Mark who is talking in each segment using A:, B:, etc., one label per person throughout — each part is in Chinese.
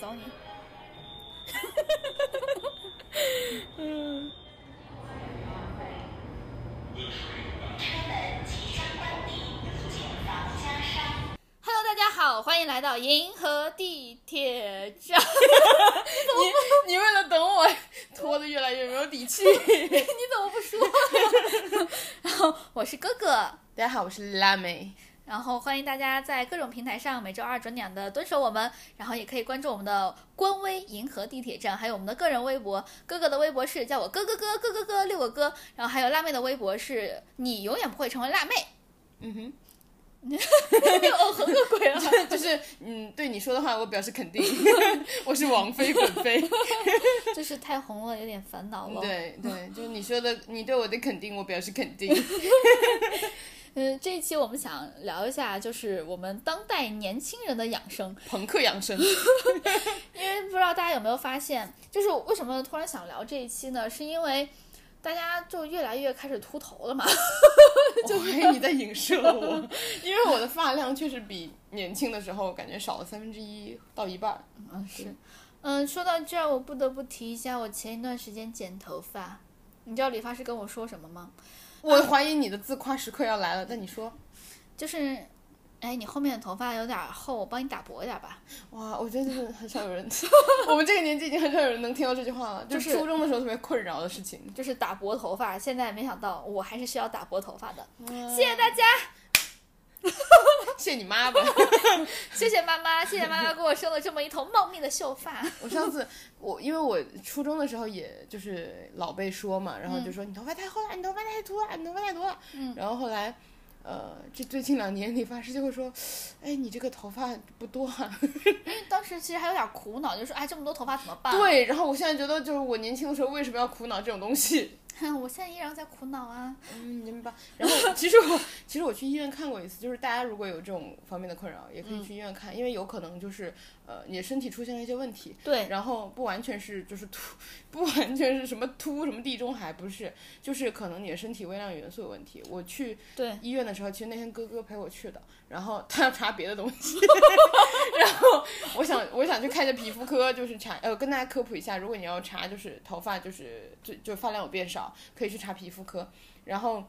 A: 教你。嗯。Hello，大家好，欢迎来到银河地铁站。
B: 你你为了等我，拖得越来越没有底气。
A: 你怎么不说 呢？然后我是哥哥，
B: 大家好，我是辣妹。
A: 然后欢迎大家在各种平台上每周二准点的蹲守我们，然后也可以关注我们的官微“银河地铁站”，还有我们的个人微博。哥哥的微博是叫我哥哥哥哥哥哥六个哥，然后还有辣妹的微博是你永远不会成为辣妹。
B: 嗯哼，
A: 哦，很个鬼啊！
B: 就是嗯，对你说的话，我表示肯定。 我是王妃滚妃。
A: 就是太红了，有点烦恼了。
B: 对对，就是你说的，你对我的肯定，我表示肯 定。
A: 嗯，这一期我们想聊一下，就是我们当代年轻人的养生，
B: 朋克养生，
A: 因为不知道大家有没有发现，就是为什么突然想聊这一期呢？是因为大家就越来越开始秃头了嘛。
B: 就怀疑你在影射我，因为我的发量确实比年轻的时候感觉少了三分之一到一半。
A: 嗯，是。嗯，说到这儿，我不得不提一下，我前一段时间剪头发，你知道理发师跟我说什么吗？
B: 我怀疑你的自夸时刻要来了，但你说，
A: 就是，哎，你后面的头发有点厚，我帮你打薄一点吧。
B: 哇，我觉得就是很少有人， 我们这个年纪已经很少有人能听到这句话了，就
A: 就是
B: 是初中的时候特别困扰的事情。
A: 就是打薄头发，现在没想到我还是需要打薄头发的。谢谢大家，
B: 谢你妈吧！
A: 谢谢妈妈，谢谢妈妈给我生了这么一头茂密的秀发。
B: 我上次我因为我初中的时候也就是老被说嘛，然后就说、你头发太厚了，你头发太秃了，你头发太多了。
A: 嗯
B: 然后后来。呃，这最近两年理发师就会说，哎，你这个头发不多啊。
A: 因为当时其实还有点苦恼，就说哎，这么多头发怎么办？，
B: 对，然后我现在觉得就是我年轻的时候为什么要苦恼这种东西？
A: 哼， 我现在依然在苦恼啊。
B: 嗯，明白。然后其实我其实我去医院看过一次，就是大家如果有这种方面的困扰，也可
A: 嗯
B: 以去医院看，因为有可能就是呃你的身体出现了一些问题，
A: 对，
B: 然后不完全是就是秃，不完全是什么秃什么地中海，不是，就是可能你的身体微量元素有问题。我去
A: 对，
B: 医院的时候，其实那天哥哥陪我去的，然后他要查别的东西， 然后我想我想去看一下皮肤科，就是查呃跟大家科普一下，如果你要查就是头发就是就就发量有变少，可以去查皮肤科，然后。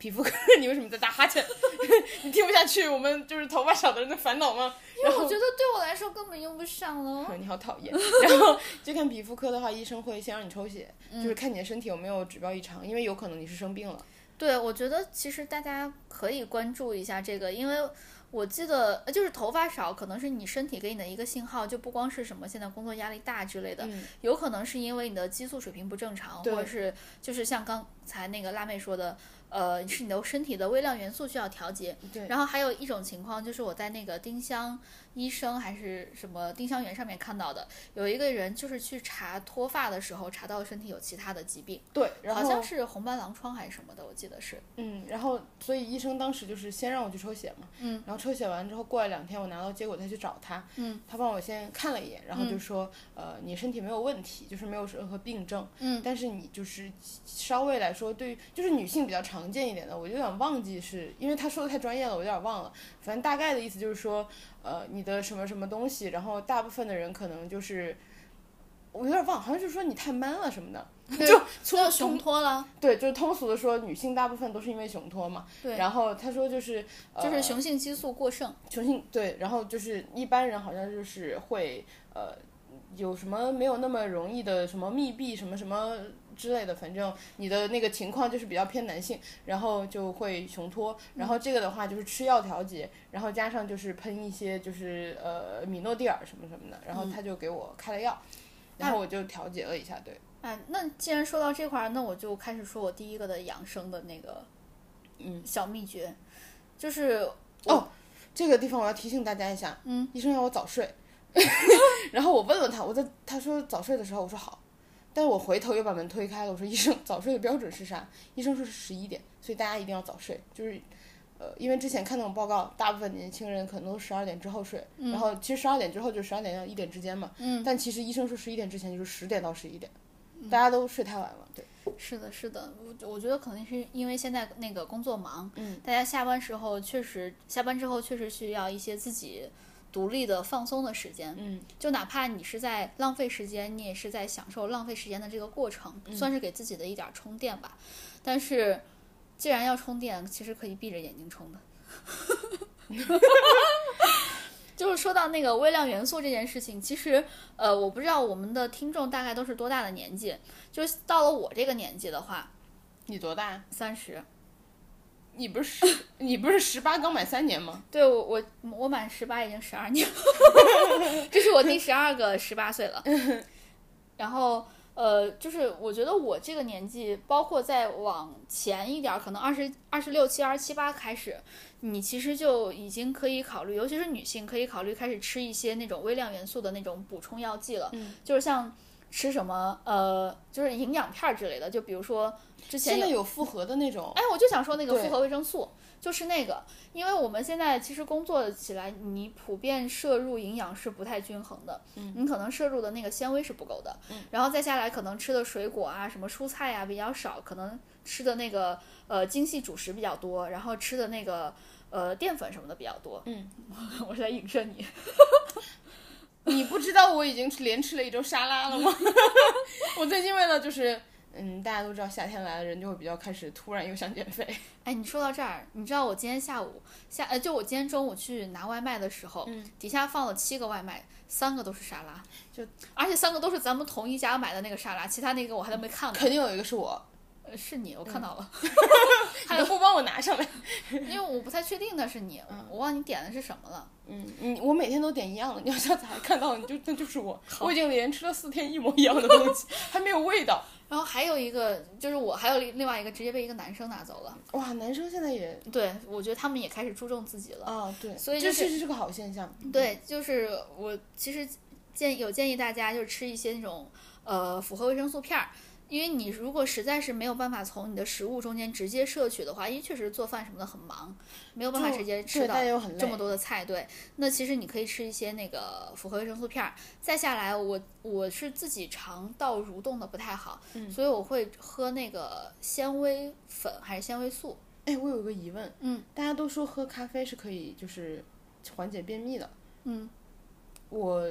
B: 皮肤科， 你为什么在打哈欠？ 你听不下去我们就是头发少的人的烦恼吗？
A: 因为我觉得对我来说根本用不上了。
B: 你好讨厌。 然后就看皮肤科的话，医生会先让你抽血，
A: 嗯
B: 就是看你的身体有没有指标异常，因为有可能你是生病了。
A: 对，我觉得其实大家可以关注一下这个，因为我记得呃就是头发少，可能是你身体给你的一个信号，就不光是什么现在工作压力大之类的，
B: 嗯
A: 有可能是因为你的激素水平不正常，或
B: 对
A: 者是就是像刚才那个辣妹说的，呃，是你的身体的微量元素需要调节。
B: 对
A: 然后还有一种情况就是我在那个丁香医生还是什么丁香园上面看到的，有一个人就是去查脱发的时候查到身体有其他的疾病。
B: 对，然
A: 好
B: 后
A: 像是红斑狼疮还是什么的，我记得是。
B: 嗯，然后所以医生当时就是先让我去抽血嘛，
A: 嗯，
B: 然后抽血完之后过了两天，我拿到结果再去找他，
A: 嗯，
B: 他帮我先看了一眼，然后就说，呃，你身体没有问题，就是没有任何病症，
A: 嗯，
B: 但是你就是稍微来说，对于就是女性比较常见一点的，我有点忘记是因为他说的太专业了，我有点忘了，反正大概的意思就是说，呃，你的什么什么东西，然后大部分的人可能就是。我有点忘，好像是说你太 man 了什么的，就
A: 就雄脱了，
B: 对，就是通俗的说，女性大部分都是因为雄脱嘛。
A: 对
B: 然后他说就是，呃、
A: 就是雄性激素过剩。
B: 雄性对，然后就是一般人好像就是会呃有什么没有那么容易的什么密闭什么什么之类的，反正你的那个情况就是比较偏男性，然后就会雄脱，
A: 嗯
B: 然后这个的话就是吃药调节，然后加上就是喷一些就是呃米诺地尔什么什么的，然后
A: 嗯
B: 他就给我开了药，然后我就调节了一下，对。
A: 哎，那既然说到这块儿，那我就开始说我第一个的养生的那个，嗯，小秘诀，就是
B: 这个地方我要提醒大家一下，嗯，医生要我早睡，然后我问了他，我在他说早睡的时候，我说好，但是我回头又把门推开了，我说医生早睡的标准是啥？医生说是十一点，所以大家一定要早睡，就是。呃，因为之前看那种报告，大部分年轻人可能都十二点之后睡，然后其实十二点之后就十二点到一点之间嘛，嗯，但其实医生说十一点之前就是十点到十一点，大家都睡太晚了，对，
A: 是的，是的，我我觉得可能是因为现在那个工作忙，嗯，大家下班时候确实，下班之后确实需要一些自己独立的放松的时间，
B: 嗯，
A: 就哪怕你是在浪费时间，你也是在享受浪费时间的这个过程，
B: 嗯
A: 算是给自己的一点儿充电吧。但是，既然要充电，其实可以闭着眼睛充的。 就是说到那个微量元素这件事情，其实呃，我不知道我们的听众大概都是多大的年纪，就是到了我这个年纪的话，
B: 你多大？
A: 三十，
B: 你不是十，你不是十八刚满三年吗？
A: 对我我我满十八已经十二 年了，这是我第十二个十八岁了。然后呃，就是我觉得我这个年纪，包括再往前一点儿，可能二十二十六七、二十七八开始，你其实就已经可以考虑，尤其是女性可以考虑开始吃一些那种微量元素的那种补充药剂了，
B: 嗯
A: 就是像。吃什么？呃，就是营养片儿之类的，就比如说之前
B: 现
A: 有
B: 在有复合的那种，
A: 哎，我就想说那个
B: 哦对
A: 复合维生素，就是那个，因为我们现在其实工作起来，你普遍摄入营养是不太均衡的，
B: 嗯
A: 你可能摄入的那个纤维是不够的，
B: 嗯
A: 然后再下来可能吃的水果啊、什么蔬菜啊比较少，可能吃的那个呃精细主食比较多，然后吃的那个呃淀粉什么的比较多。
B: 嗯，
A: 我是在影射你，
B: 你不知道我已经吃连吃了一周沙拉 了吗？我最近为了就是，嗯，大家都知道夏天来了，人就会比较开始突然又想减肥。
A: 哎，你说到这儿，你知道我今天下午下呃，就我今天中午去拿外卖的时候，
B: 嗯
A: 底下放了七个外卖，三个都是沙拉，
B: 就
A: 而且三个都是咱们同一家买的那个沙拉，其他那个我还都没看过。
B: 肯定有一个是我，
A: 呃是你，我看到了，
B: 你都不帮我拿上来。
A: 因为我不太确定那是你，我忘你点的是什么了。
B: 嗯，你我每天都点一样的，你要下次还看到，你就那就是我，我已经连吃了四天一模一样的东 西，还没有味道。
A: 然后还有一个就是我还有另外一个直接被一个男生拿走了。
B: 哇，男生现在也
A: 对，我觉得他们也开始注重自己了。
B: 啊，对，
A: 所以
B: 这
A: 就是
B: 确实是个好现象。
A: 对，就是我其实建有建议大家就是吃一些那种呃复合维生素片儿，因为你如果实在是没有办法从你的食物中间直接摄取的话，因为确实做饭什么的很忙，没有办法
B: 就
A: 直接
B: 对
A: 吃到
B: 大家又很累
A: 这么多的菜，对，那其实你可以吃一些那个复合维生素片儿。再下来我，我是自己肠道蠕动的不太好，
B: 嗯
A: 所以我会喝那个纤维粉还是纤维素，
B: 哎，我有个疑问，
A: 嗯，
B: 大家都说喝咖啡是可以就是缓解便秘的，
A: 嗯，
B: 我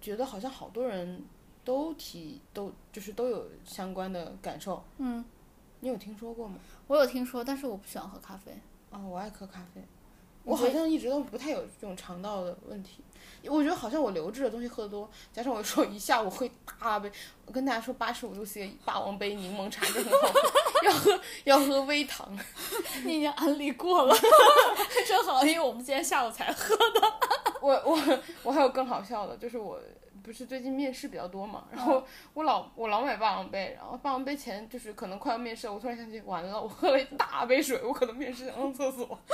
B: 觉得好像好多人都提都就是都有相关的感受，
A: 嗯，
B: 你有听说过吗？
A: 我有听说，但是我不喜欢喝咖啡。
B: 哦，我爱喝咖啡，
A: 你
B: 我好
A: 会
B: 像一直都不太有这种肠道的问题。我觉得好像我流质的东西喝的多，加上我说一下午喝一大杯，我跟大家说八十五度 C 霸王杯柠檬茶 就很好喝，要喝要喝微糖。
A: 你已经安利过 了，正好，因为我们今天下午才喝。
B: 我我我还有更好笑的，就是我不是最近面试比较多嘛，然后我老我老买霸王杯，然后霸王杯前就是可能快要面试了，我突然想起完了，我喝了一大杯水，我可能面试想上厕所。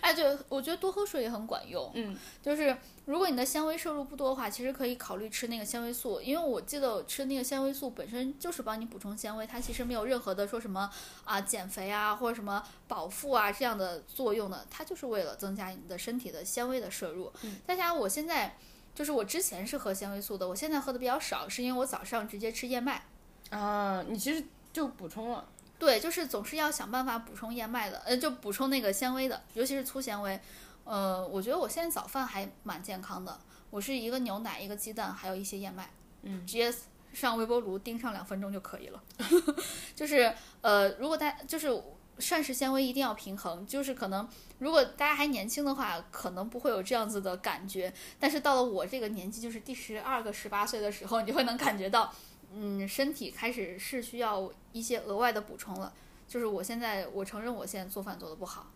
A: 哎，对，我觉得多喝水也很管用。
B: 嗯，
A: 就是如果你的纤维摄入不多的话，其实可以考虑吃那个纤维素，因为我记得我吃那个纤维素本身就是帮你补充纤维，它其实没有任何的说什么啊减肥啊或者什么饱腹啊这样的作用的，它就是为了增加你的身体的纤维的摄入。
B: 嗯
A: 再加上我现在就是我之前是喝纤维素的，我现在喝的比较少，是因为我早上直接吃燕麦。
B: 啊，你其实就补充了，
A: 对，就是总是要想办法补充燕麦的，呃，就补充那个纤维的，尤其是粗纤维。呃，我觉得我现在早饭还蛮健康的，我是一个牛奶，一个鸡蛋，还有一些燕麦，
B: 嗯
A: 直接上微波炉叮上两分钟就可以了。 就是呃，如果大就是膳食纤维一定要平衡，就是可能如果大家还年轻的话，可能不会有这样子的感觉，但是到了我这个年纪，就是第十二个十八岁的时候，你就会能感觉到。嗯，身体开始是需要一些额外的补充了。就是我现在，我承认我现在做饭做的不好。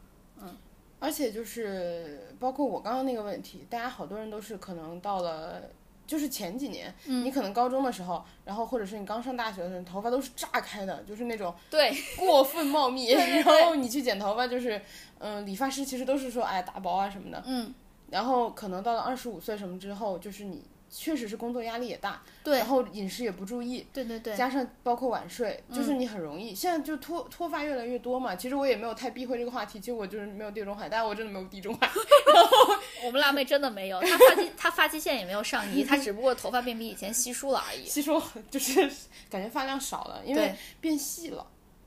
B: 而且就是包括我刚刚那个问题，大家好多人都是可能到了。就是前几年，你可能高中的时候，然后或者是你刚上大学的时候，你头发都是炸开的，就是那种
A: 对，
B: 过分茂密。
A: 对对对
B: 然后你去剪头发，就是，嗯、理发师其实都是说，哎，打薄啊什么的。
A: 嗯，
B: 然后可能到了二十五岁什么之后，就是你确实是工作压力也大，
A: 对
B: 然，后饮食也不注意，
A: 对对嗯对，
B: 加上包括晚睡，就是你很容易、现在就脱脱发越来越多嘛。其实我也没有太避讳这个话题，其实我就是没有地中海，但我真的没有地中 海。
A: 我们辣妹真的没有，她发际她发际线也没有上移，她只不过头发变比以前稀疏了而已。
B: 吸收就是感觉发量少了，因为
A: 对
B: 变细了。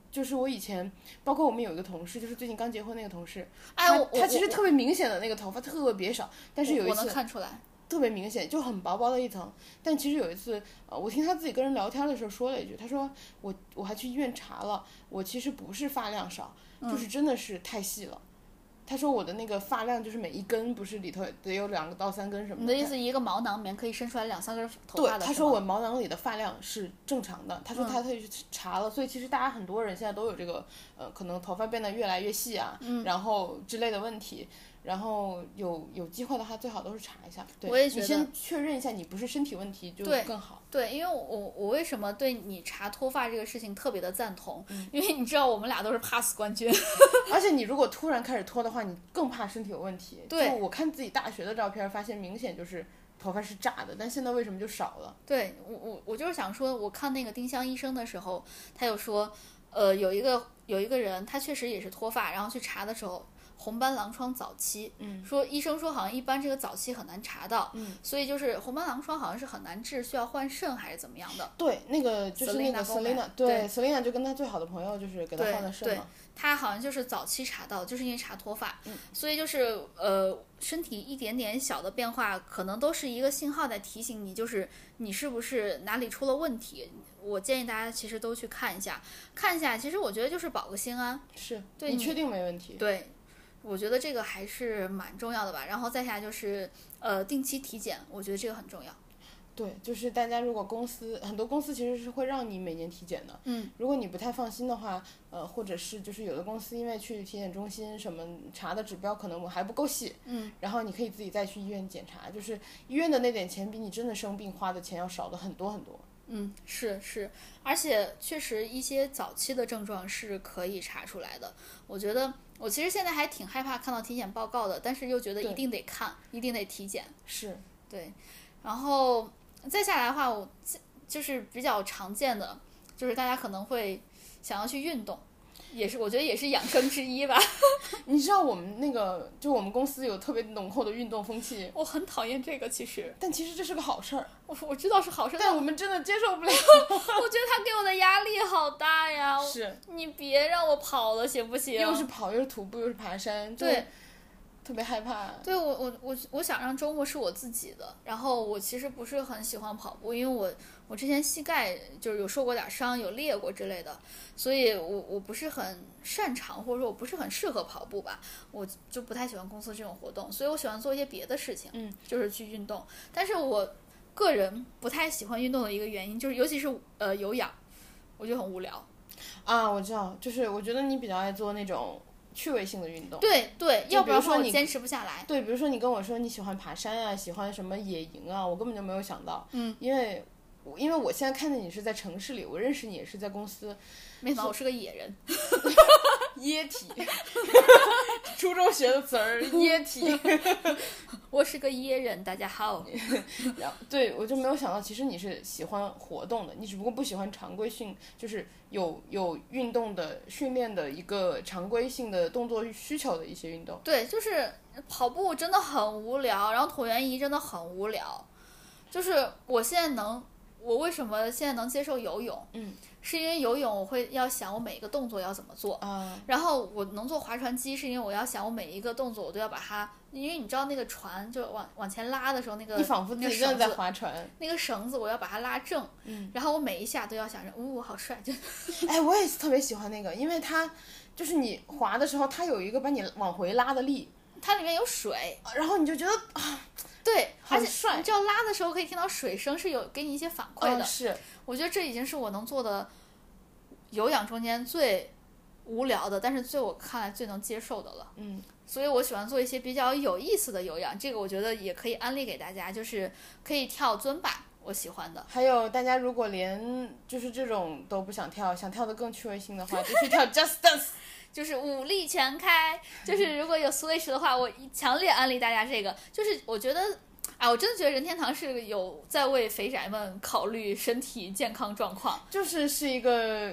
B: 就是我以前，包括我们有一个同事，就是最近刚结婚那个同事，
A: 哎，我
B: 他他其实
A: 我
B: 特别明显的那个头发特别少，但是有一
A: 我能
B: 次
A: 看出来，
B: 特别明显，就很薄薄的一层。但其实有一次，呃，我听他自己跟人聊天的时候说了一句，他说我我还去医院查了，我其实不是发量少，
A: 嗯
B: 就是真的是太细了。他说我的那个发量就是每一根不是里头得有两到三根什么
A: 你的意思一个毛囊里面可以伸出来两三根头
B: 对
A: 发，的，嗯
B: 他
A: 是
B: 说
A: 吗
B: 我毛囊里的发量是正常的。他说他特意去查了，所以其实大家很多人现在都有这个，呃，可能头发变得越来越细啊，
A: 嗯
B: 然后之类的问题。然后有有机会的话，最好都是查一下。对，
A: 我也觉得
B: 你先确认一下你不是身体问题就
A: 对
B: 更 好。
A: 对，因为我我为什么对你查脱发这个事情特别的赞同？因为你知道我们俩都是 pass 冠军，
B: 而且你如果突然开始脱的话，你更怕身体有问题。
A: 对
B: 就我看自己大学的照片，发现明显就是头发是炸的，但现在为什么就少了？
A: 对我我我就是想说，我看那个丁香医生的时候，他有说，呃，有一个有一个人，他确实也是脱发，然后去查的时候，红斑狼疮早期，
B: 嗯，
A: 说医生说好像一般这个早期很难查到，
B: 嗯，
A: 所以就是红斑狼疮好像是很难治，需要换肾还是怎么样的。
B: 对，那个就是那个
A: Selena
B: Selina，
A: Gomez，
B: 对 Selina 就跟她最好的朋友就是给她
A: 对
B: 换了肾
A: 对
B: 嘛。
A: 他好像就是早期查到，就是因为查脱发，
B: 嗯
A: 所以就是呃，身体一点点小的变化，可能都是一个信号在提醒你，就是你是不是哪里出了问题。我建议大家其实都去看一下，看一下，其实我觉得就是保个心安。
B: 是，
A: 对
B: 你
A: 你
B: 确定没问题？
A: 对，我觉得这个还是蛮重要的吧。然后再下就是呃，定期体检，我觉得这个很重要。
B: 对，就是大家如果公司很多公司其实是会让你每年体检的，
A: 嗯，
B: 如果你不太放心的话，呃，或者是就是有的公司因为去体检中心什么查的指标可能我还不够细，
A: 嗯，
B: 然后你可以自己再去医院检查，就是医院的那点钱比你真的生病花的钱要少的很多很多。
A: 嗯，是是，而且确实一些早期的症状是可以查出来的。我觉得我其实现在还挺害怕看到体检报告的，但是又觉得一
B: 对
A: 定得看，一定得体检。
B: 是，
A: 对，然后再下来的话，我就是比较常见的，就是大家可能会想要去运动，也是我觉得也是养生之一吧。
B: 你知道我们那个就我们公司有特别浓厚的运动风气，
A: 我很讨厌这个，其实
B: 但其实这是个好事儿，
A: 我我知道是好事，但
B: 但我们真的接受不了。
A: 我觉得他给我的压力好大呀。我
B: 是，
A: 你别让我跑了，行不行？
B: 又是跑又是徒步又是爬山，就
A: 对，
B: 特别害怕。
A: 对我我我我想让周末是我自己的，然后我其实不是很喜欢跑步，因为我我之前膝盖就是有受过点伤，有裂过之类的，所以我我不是很擅长，或者说我不是很适合跑步吧，我就不太喜欢公司这种活动，所以我喜欢做一些别的事情，
B: 嗯，
A: 就是去运动。但是我个人不太喜欢运动的一个原因就是，尤其是呃有氧，我就很无聊。
B: 啊，我知道，就是我觉得你比较爱做那种趣味性的运动。
A: 对对，
B: 就
A: 要
B: 比
A: 不然
B: 如
A: 的话
B: 说
A: 我
B: 你
A: 坚持不下来。
B: 对，比如说你跟我说你喜欢爬山啊，喜欢什么野营啊，我根本就没有想到。
A: 嗯，
B: 因为我因为我现在看见你是在城市里，我认识你也是在 公司，
A: 没想到我是个野人。
B: 液体， 初中学的词儿，液 体。
A: 我是个噎人，大家好。
B: 然后对我就没有想到，其实你是喜欢活动的，你只不过不喜欢常规性，就是有有运动的训练的一个常规性的动作需求的一些运动。
A: 对，就是跑步真的很无聊，然后椭圆仪真的很无聊。就是我现在能，我为什么现在能接受游泳？
B: 嗯，
A: 是因为游泳我会要想我每一个动作要怎么做，
B: 啊，
A: 然后我能做划船机是因为我要想我每一个动作我都要把它，因为你知道那个船就往往前拉的时候那个
B: 你仿佛
A: 那
B: 自
A: 个
B: 己真
A: 绳
B: 的在
A: 子
B: 划船。
A: 那个绳子我要把它拉正，
B: 嗯，
A: 然后我每一下都要想着，呜、好帅，就
B: 哎，我也是特别喜欢那个，因为它就是你滑的时候，它有一个把你往回拉的力，
A: 它里面有水，
B: 然后你就觉得啊
A: 对，而
B: 很
A: 且
B: 帅
A: 你知道拉的时候可以听到水声，是有给你一些反馈的。
B: 嗯是
A: 我觉得这已经是我能做的有氧中间最无聊的，但是最我看来最能接受的了。
B: 嗯，
A: 所以我喜欢做一些比较有意思的有氧，这个我觉得也可以安利给大家，就是可以跳尊巴，我喜欢的。
B: 还有大家如果连就是这种都不想跳，想跳的更趣味性的话，就去跳 Just Dance。
A: 就是武力全开，就是如果有 Switch 的话，我强烈安利大家这个。就是我觉得，哎，我真的觉得任天堂是有在为肥宅们考虑身体健康状况，
B: 就是是一个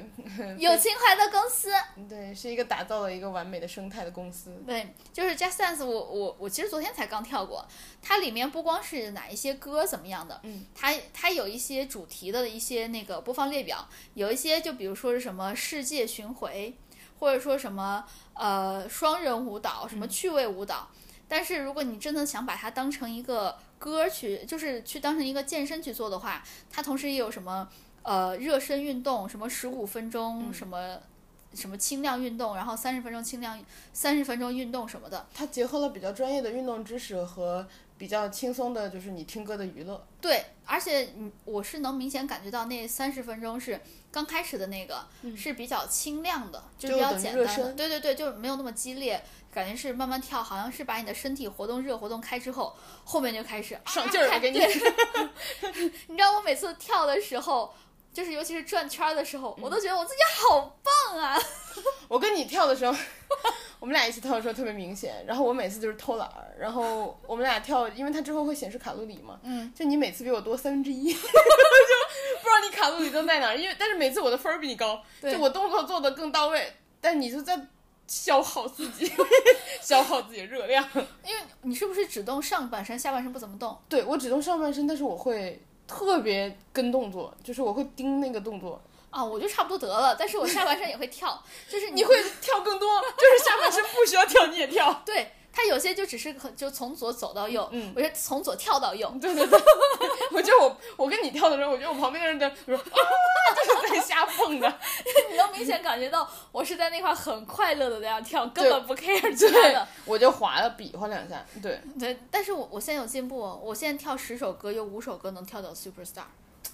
A: 有情怀的公司。
B: 对，是一个打造了一个完美的生态的公司。
A: 对，就是 Just Dance，我我我其实昨天才刚跳过，它里面不光是哪一些歌怎么样的，
B: 嗯，
A: 它它有一些主题的一些那个播放列表，有一些就比如说是什么世界巡回，或者说什么呃双人舞蹈，什么趣味舞蹈。但是如果你真的想把它当成一个歌儿去，就是去当成一个健身去做的话，它同时也有什么呃热身运动，什么十五分钟，什么什么轻量运动，然后三十分钟轻量三十分钟运动什么的。
B: 它结合了比较专业的运动知识和比较轻松的，就是你听歌的娱乐。
A: 对，而且你我是能明显感觉到那三十分钟是刚开始的那个、是比较清亮的，就
B: 嗯就
A: 比较
B: 等于
A: 简
B: 热
A: 单的，
B: 身
A: 对对对，就没有那么激烈，感觉是慢慢跳，好像是把你的身体活动热活动开之后，后面就开始
B: 上劲儿了
A: 啊
B: 给你
A: 对 你知道我每次跳的时候，就是尤其是转圈儿的时候，我都觉得我自己好棒啊！
B: 我跟你跳的时候， 我们俩一起跳的时候特别明显。然后我每次就是偷懒儿，然后我们俩跳，因为它之后会显示卡路里嘛，
A: 嗯，
B: 就你每次比我多三分之一， 就不知道你卡路里都在哪儿。因为但是每次我的分儿比你高，
A: 对
B: 就我动作做的更到位，但你就在消耗自 己，消耗自己的热量。
A: 因为你是不是只动上半身，下半身不怎么动？
B: 对我只动上半身，但是我会特别跟动作，就是我会盯那个动作。
A: 啊，我就差不多得了，但是我下半身也会跳，就是
B: 你会跳更多， 就是下半身不需要跳你也跳。
A: 对他有些就只是可就从左走到右，
B: 嗯
A: 我就从左跳到 右，
B: 对对对，我就我我跟你跳的时候，我觉得我旁边的人在我说啊，就是在瞎蹦的。
A: 你能明显感觉到我是在那块儿很快乐的那样跳，根
B: 对
A: 本不 care 其他
B: 对
A: 的。，
B: 我就划了比划两下。对，
A: 对，但是我我现在有进步，我现在跳十首歌，有五首歌能跳到 Superstar，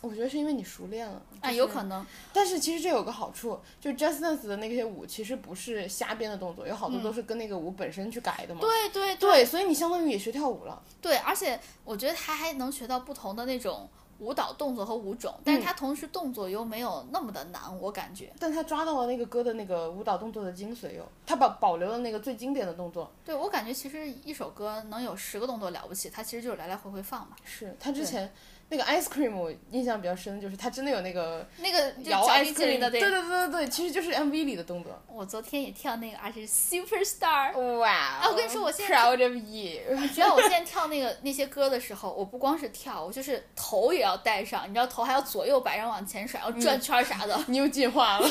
B: 我觉得是因为你熟练了
A: 啊，有可。能，
B: 但是其实这有个好处，就 Just Dance 的那些舞其实不是瞎编的动作，有好多都是跟那个舞本身去改的嘛。
A: 对对对
B: 对，所以你相当于也学跳舞了。
A: 对，而且我觉得他还能学到不同的那种舞蹈动作和舞种，但是他同时动作又没有那么的难，我感觉。
B: 但他抓到了那个歌的那个舞蹈动作的精髓哟，他把保留了那个最经典的动作。
A: 对我感觉其实一首歌能有十个动作了不起，它其实就是来来回回放嘛。
B: 是他之前那个 ice cream 我印象比较深，就是他真的有那个
A: 那个就
B: 摇
A: 脚
B: ice
A: 力接
B: cream
A: 力的
B: 对对对对对，其实就是 MV 里的动作。
A: 我昨天也跳那个，而且 Superstar。
B: 哇！哦
A: 啊我跟你说我现在
B: proud of you，
A: 只要我现在跳那个那些歌的时候，我不光是跳，我就是头也要带上，你知道头还要左右摆，然后往前甩，然后转圈儿啥的。
B: 你又进化了。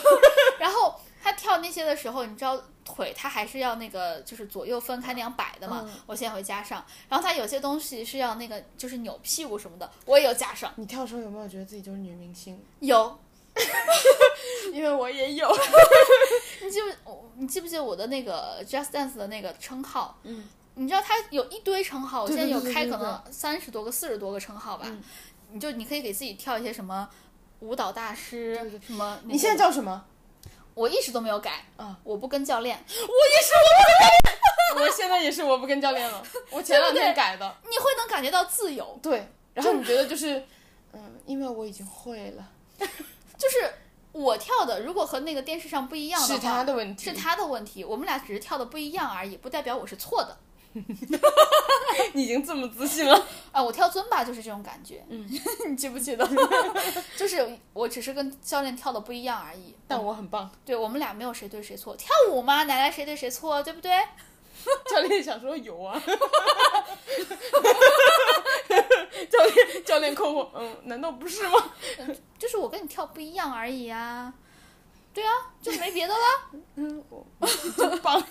A: 然后他跳那些的时候，你知道腿他还是要那个就是左右分开那样摆的嘛，我现在会加上。然后他有些东西是要那个就是扭屁股什么的，我也有加上。
B: 你跳的时候有没有觉得自己就是女明星？
A: 有，
B: 因为我也 有。
A: 你记不我你记不记得我的那个 Just Dance 的那个称号？
B: 嗯，
A: 你知道他有一堆称号，我现
B: 对
A: 在有
B: 对对
A: 开
B: 对
A: 可
B: 对
A: 能三十多个、四十多个称号吧。
B: 嗯
A: 你就你可以给自己跳一些什么舞蹈大师
B: 对对
A: 什么那个。
B: 你现在叫什么？
A: 我一直都没有改
B: 啊，
A: 我不跟教练。
B: 我现在也是，我不跟教练 了，我前两
A: 对不
B: 天
A: 对
B: 改的。
A: 你会能感觉到自由，
B: 对，然后你觉得就是，嗯，因为我已经会了，
A: 就是我跳的，如果和那个电视上不一样的
B: 是
A: 话，
B: 他的问题，
A: 是他的问题，我们俩只是跳的不一样而已，不代表我是错的。
B: 你已经这么自信 了。
A: 啊，我跳尊巴就是这种感觉，嗯，你记不记得？就是我只是跟教练跳的不一样而已，
B: 但我很棒。
A: 对我们俩没有谁对谁错，跳舞嘛，哪来谁对谁错，对不对？
B: 教练想说有啊， 教练教练扣我，嗯，难道不是吗？
A: 就是我跟你跳不一样而已啊，对啊，就没别的了，
B: 嗯，我真棒。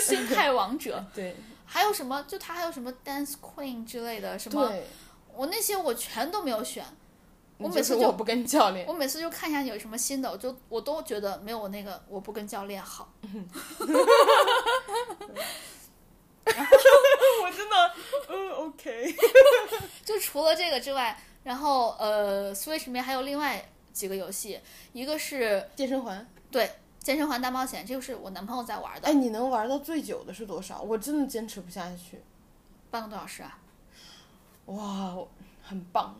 A: 心态王者，
B: 对
A: 还有什么？就他还有什么 dance queen 之类的什么，
B: 对，
A: 我那些我全都没有选，我每
B: 就
A: 次
B: 是
A: 就
B: 我不跟教练，
A: 我每次就看一下有什么新的，我就我都觉得没有我那个我不跟教练好。
B: 我真的，嗯，OK，
A: 就除了这个之外，然后呃，Switch 里面还有另外几个游戏，一个是
B: 健身环。
A: 对《健身环大冒险》，这个是我男朋友在玩的，
B: 哎，你能玩到最久的是多少？我真的坚持不下去。
A: 半个多小时啊。
B: 哇，很棒，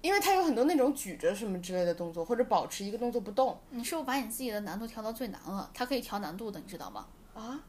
B: 因为它有很多那种举着什么之类的动作，或者保持一个动作不动
A: 你是不是把你自己的难度调到最难了？它可以调难度的，你知道吗？
B: 啊。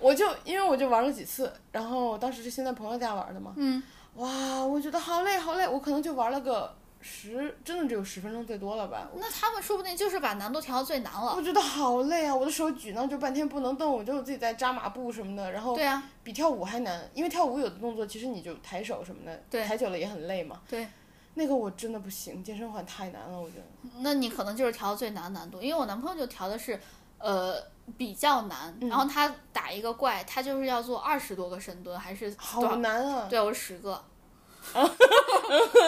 B: 我就因为我就玩了几次，然后当时是先在朋友家玩的嘛，
A: 嗯，
B: 哇，我觉得好累好累，我可能就玩了个十，真的只有十分钟最多了吧。
A: 那他们说不定就是把难度调到最难了。
B: 我觉得好累啊！我的手举呢就半天不能动，我就自己在扎马步什么的，然后
A: 对啊，
B: 比跳舞还难，因为跳舞有的动作其实你就抬手什么的，
A: 对
B: 抬久了也很累嘛。
A: 对，
B: 那个我真的不行，健身环太难了，我觉得。
A: 那你可能就是调到最难难度，因为我男朋友就调的是，呃，比较难，
B: 嗯
A: 然后他打一个怪，他就是要做二十多个深蹲，还是多
B: 好
A: 少？
B: 难啊！
A: 对，我是十 个。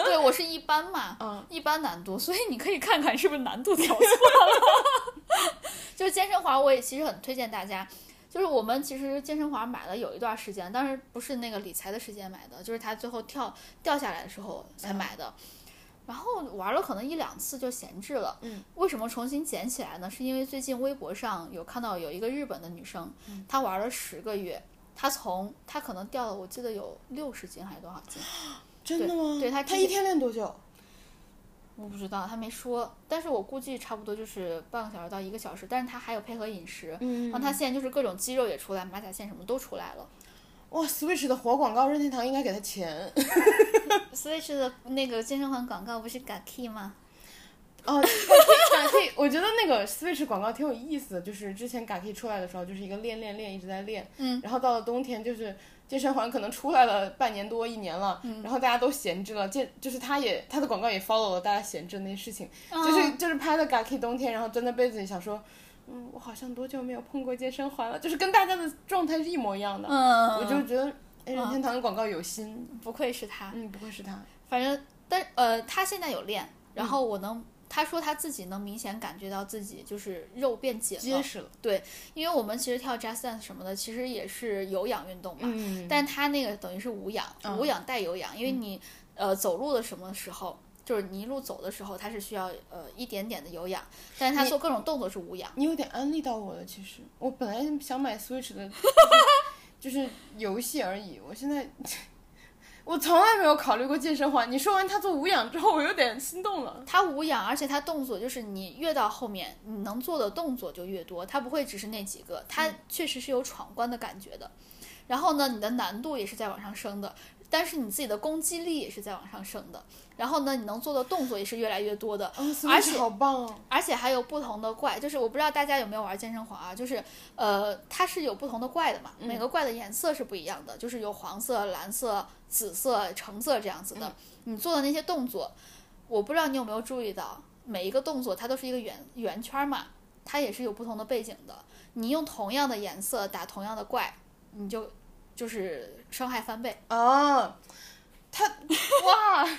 A: 对，我是一般嘛，
B: 嗯
A: 一般难度，所以你可以看看是不是难度调错了。 就是健身环，我也其实很推荐大家。就是我们其实健身环买了有一段时间，当时不是那个理财的时间买的，就是它最后跳掉下来的时候才买的。然后玩了可能一两次就闲置了。
B: 嗯，
A: 为什么重新捡起来呢？是因为最近微博上有看到有一个日本的女生，
B: 嗯
A: 她玩了十个月，她从她可能掉了，我记得有六十斤还是多少斤，
B: 真的吗？
A: 对对他之
B: 他
A: 前
B: 一天练多久？
A: 我不知道，她没说。但是我估计差不多就是半个小时到一个小时，但是她还有配合饮食。
B: 嗯
A: 然后她现在就是各种肌肉也出来，马甲线什么都出来了。
B: 哇，Switch 的活广告，任天堂应该给他钱。
A: Switch 的那个健身环广告不是 Gaki 吗？
B: 哦，Gaki，我觉得那个 Switch 广告挺有意思的，就是之前 Gaki 出来的时候，就是一个练练练一直在练，
A: 嗯，
B: 然后到了冬天就是。健身环可能出来了半年多一年了，
A: 嗯
B: 然后大家都闲置了，这就是他也他的广告也 follow 了大家闲置的那些事情，
A: 嗯
B: 就是就是拍了 Gaki 冬天，然后钻在被子里想说，嗯，我好像多久没有碰过健身环了，就是跟大家的状态是一模一样的，
A: 嗯，
B: 我就觉得哎，任天堂的广告有心，
A: 不愧是她。
B: 嗯，不愧是他，
A: 反正，但呃，他现在有练，然后我能，他说他自己能明显感觉到自己就是肉变紧
B: 结
A: 了，
B: 实了，
A: 因为我们其实跳 Just Dance 什么的，其实也是有氧运动嘛，
B: 嗯，
A: 但他那个等于是无氧，
B: 嗯
A: 无氧带有氧，因为你呃走路的什么时候。就是你一路走的时候，它是需要呃一点点的有氧，但是他
B: 你
A: 做各种动作是无氧。
B: 你有点安利到我了，其实我本来想买 Switch 的就是，就是游戏而已。我现在我从来没有考虑过健身环。你说完它做无氧之后，我有点心动了。
A: 它无氧，而且它动作就是你越到后面，你能做的动作就越多，它不会只是那几个，
B: 嗯
A: 它确实是有闯关的感觉的。然后呢，你的难度也是在往上升的，但是你自己的攻击力也是在往上升的。然后呢，你能做的动作也是越来越多的，
B: 啊、s w
A: 而
B: i
A: 且
B: t c h 好棒哦！
A: 而且还有不同的怪，就是我不知道大家有没有玩健身环啊，就是呃，它是有不同的怪的嘛，每个怪的颜色是不一样的，就是有黄色、蓝色、紫色、橙色这样子的。你做的那些动作，我不知道你有没有注意到，每一个动作它都是一个圆圆圈嘛，它也是有不同的背景的。你用同样的颜色打同样的怪，你就就是伤害翻倍。
B: 啊， 它哇，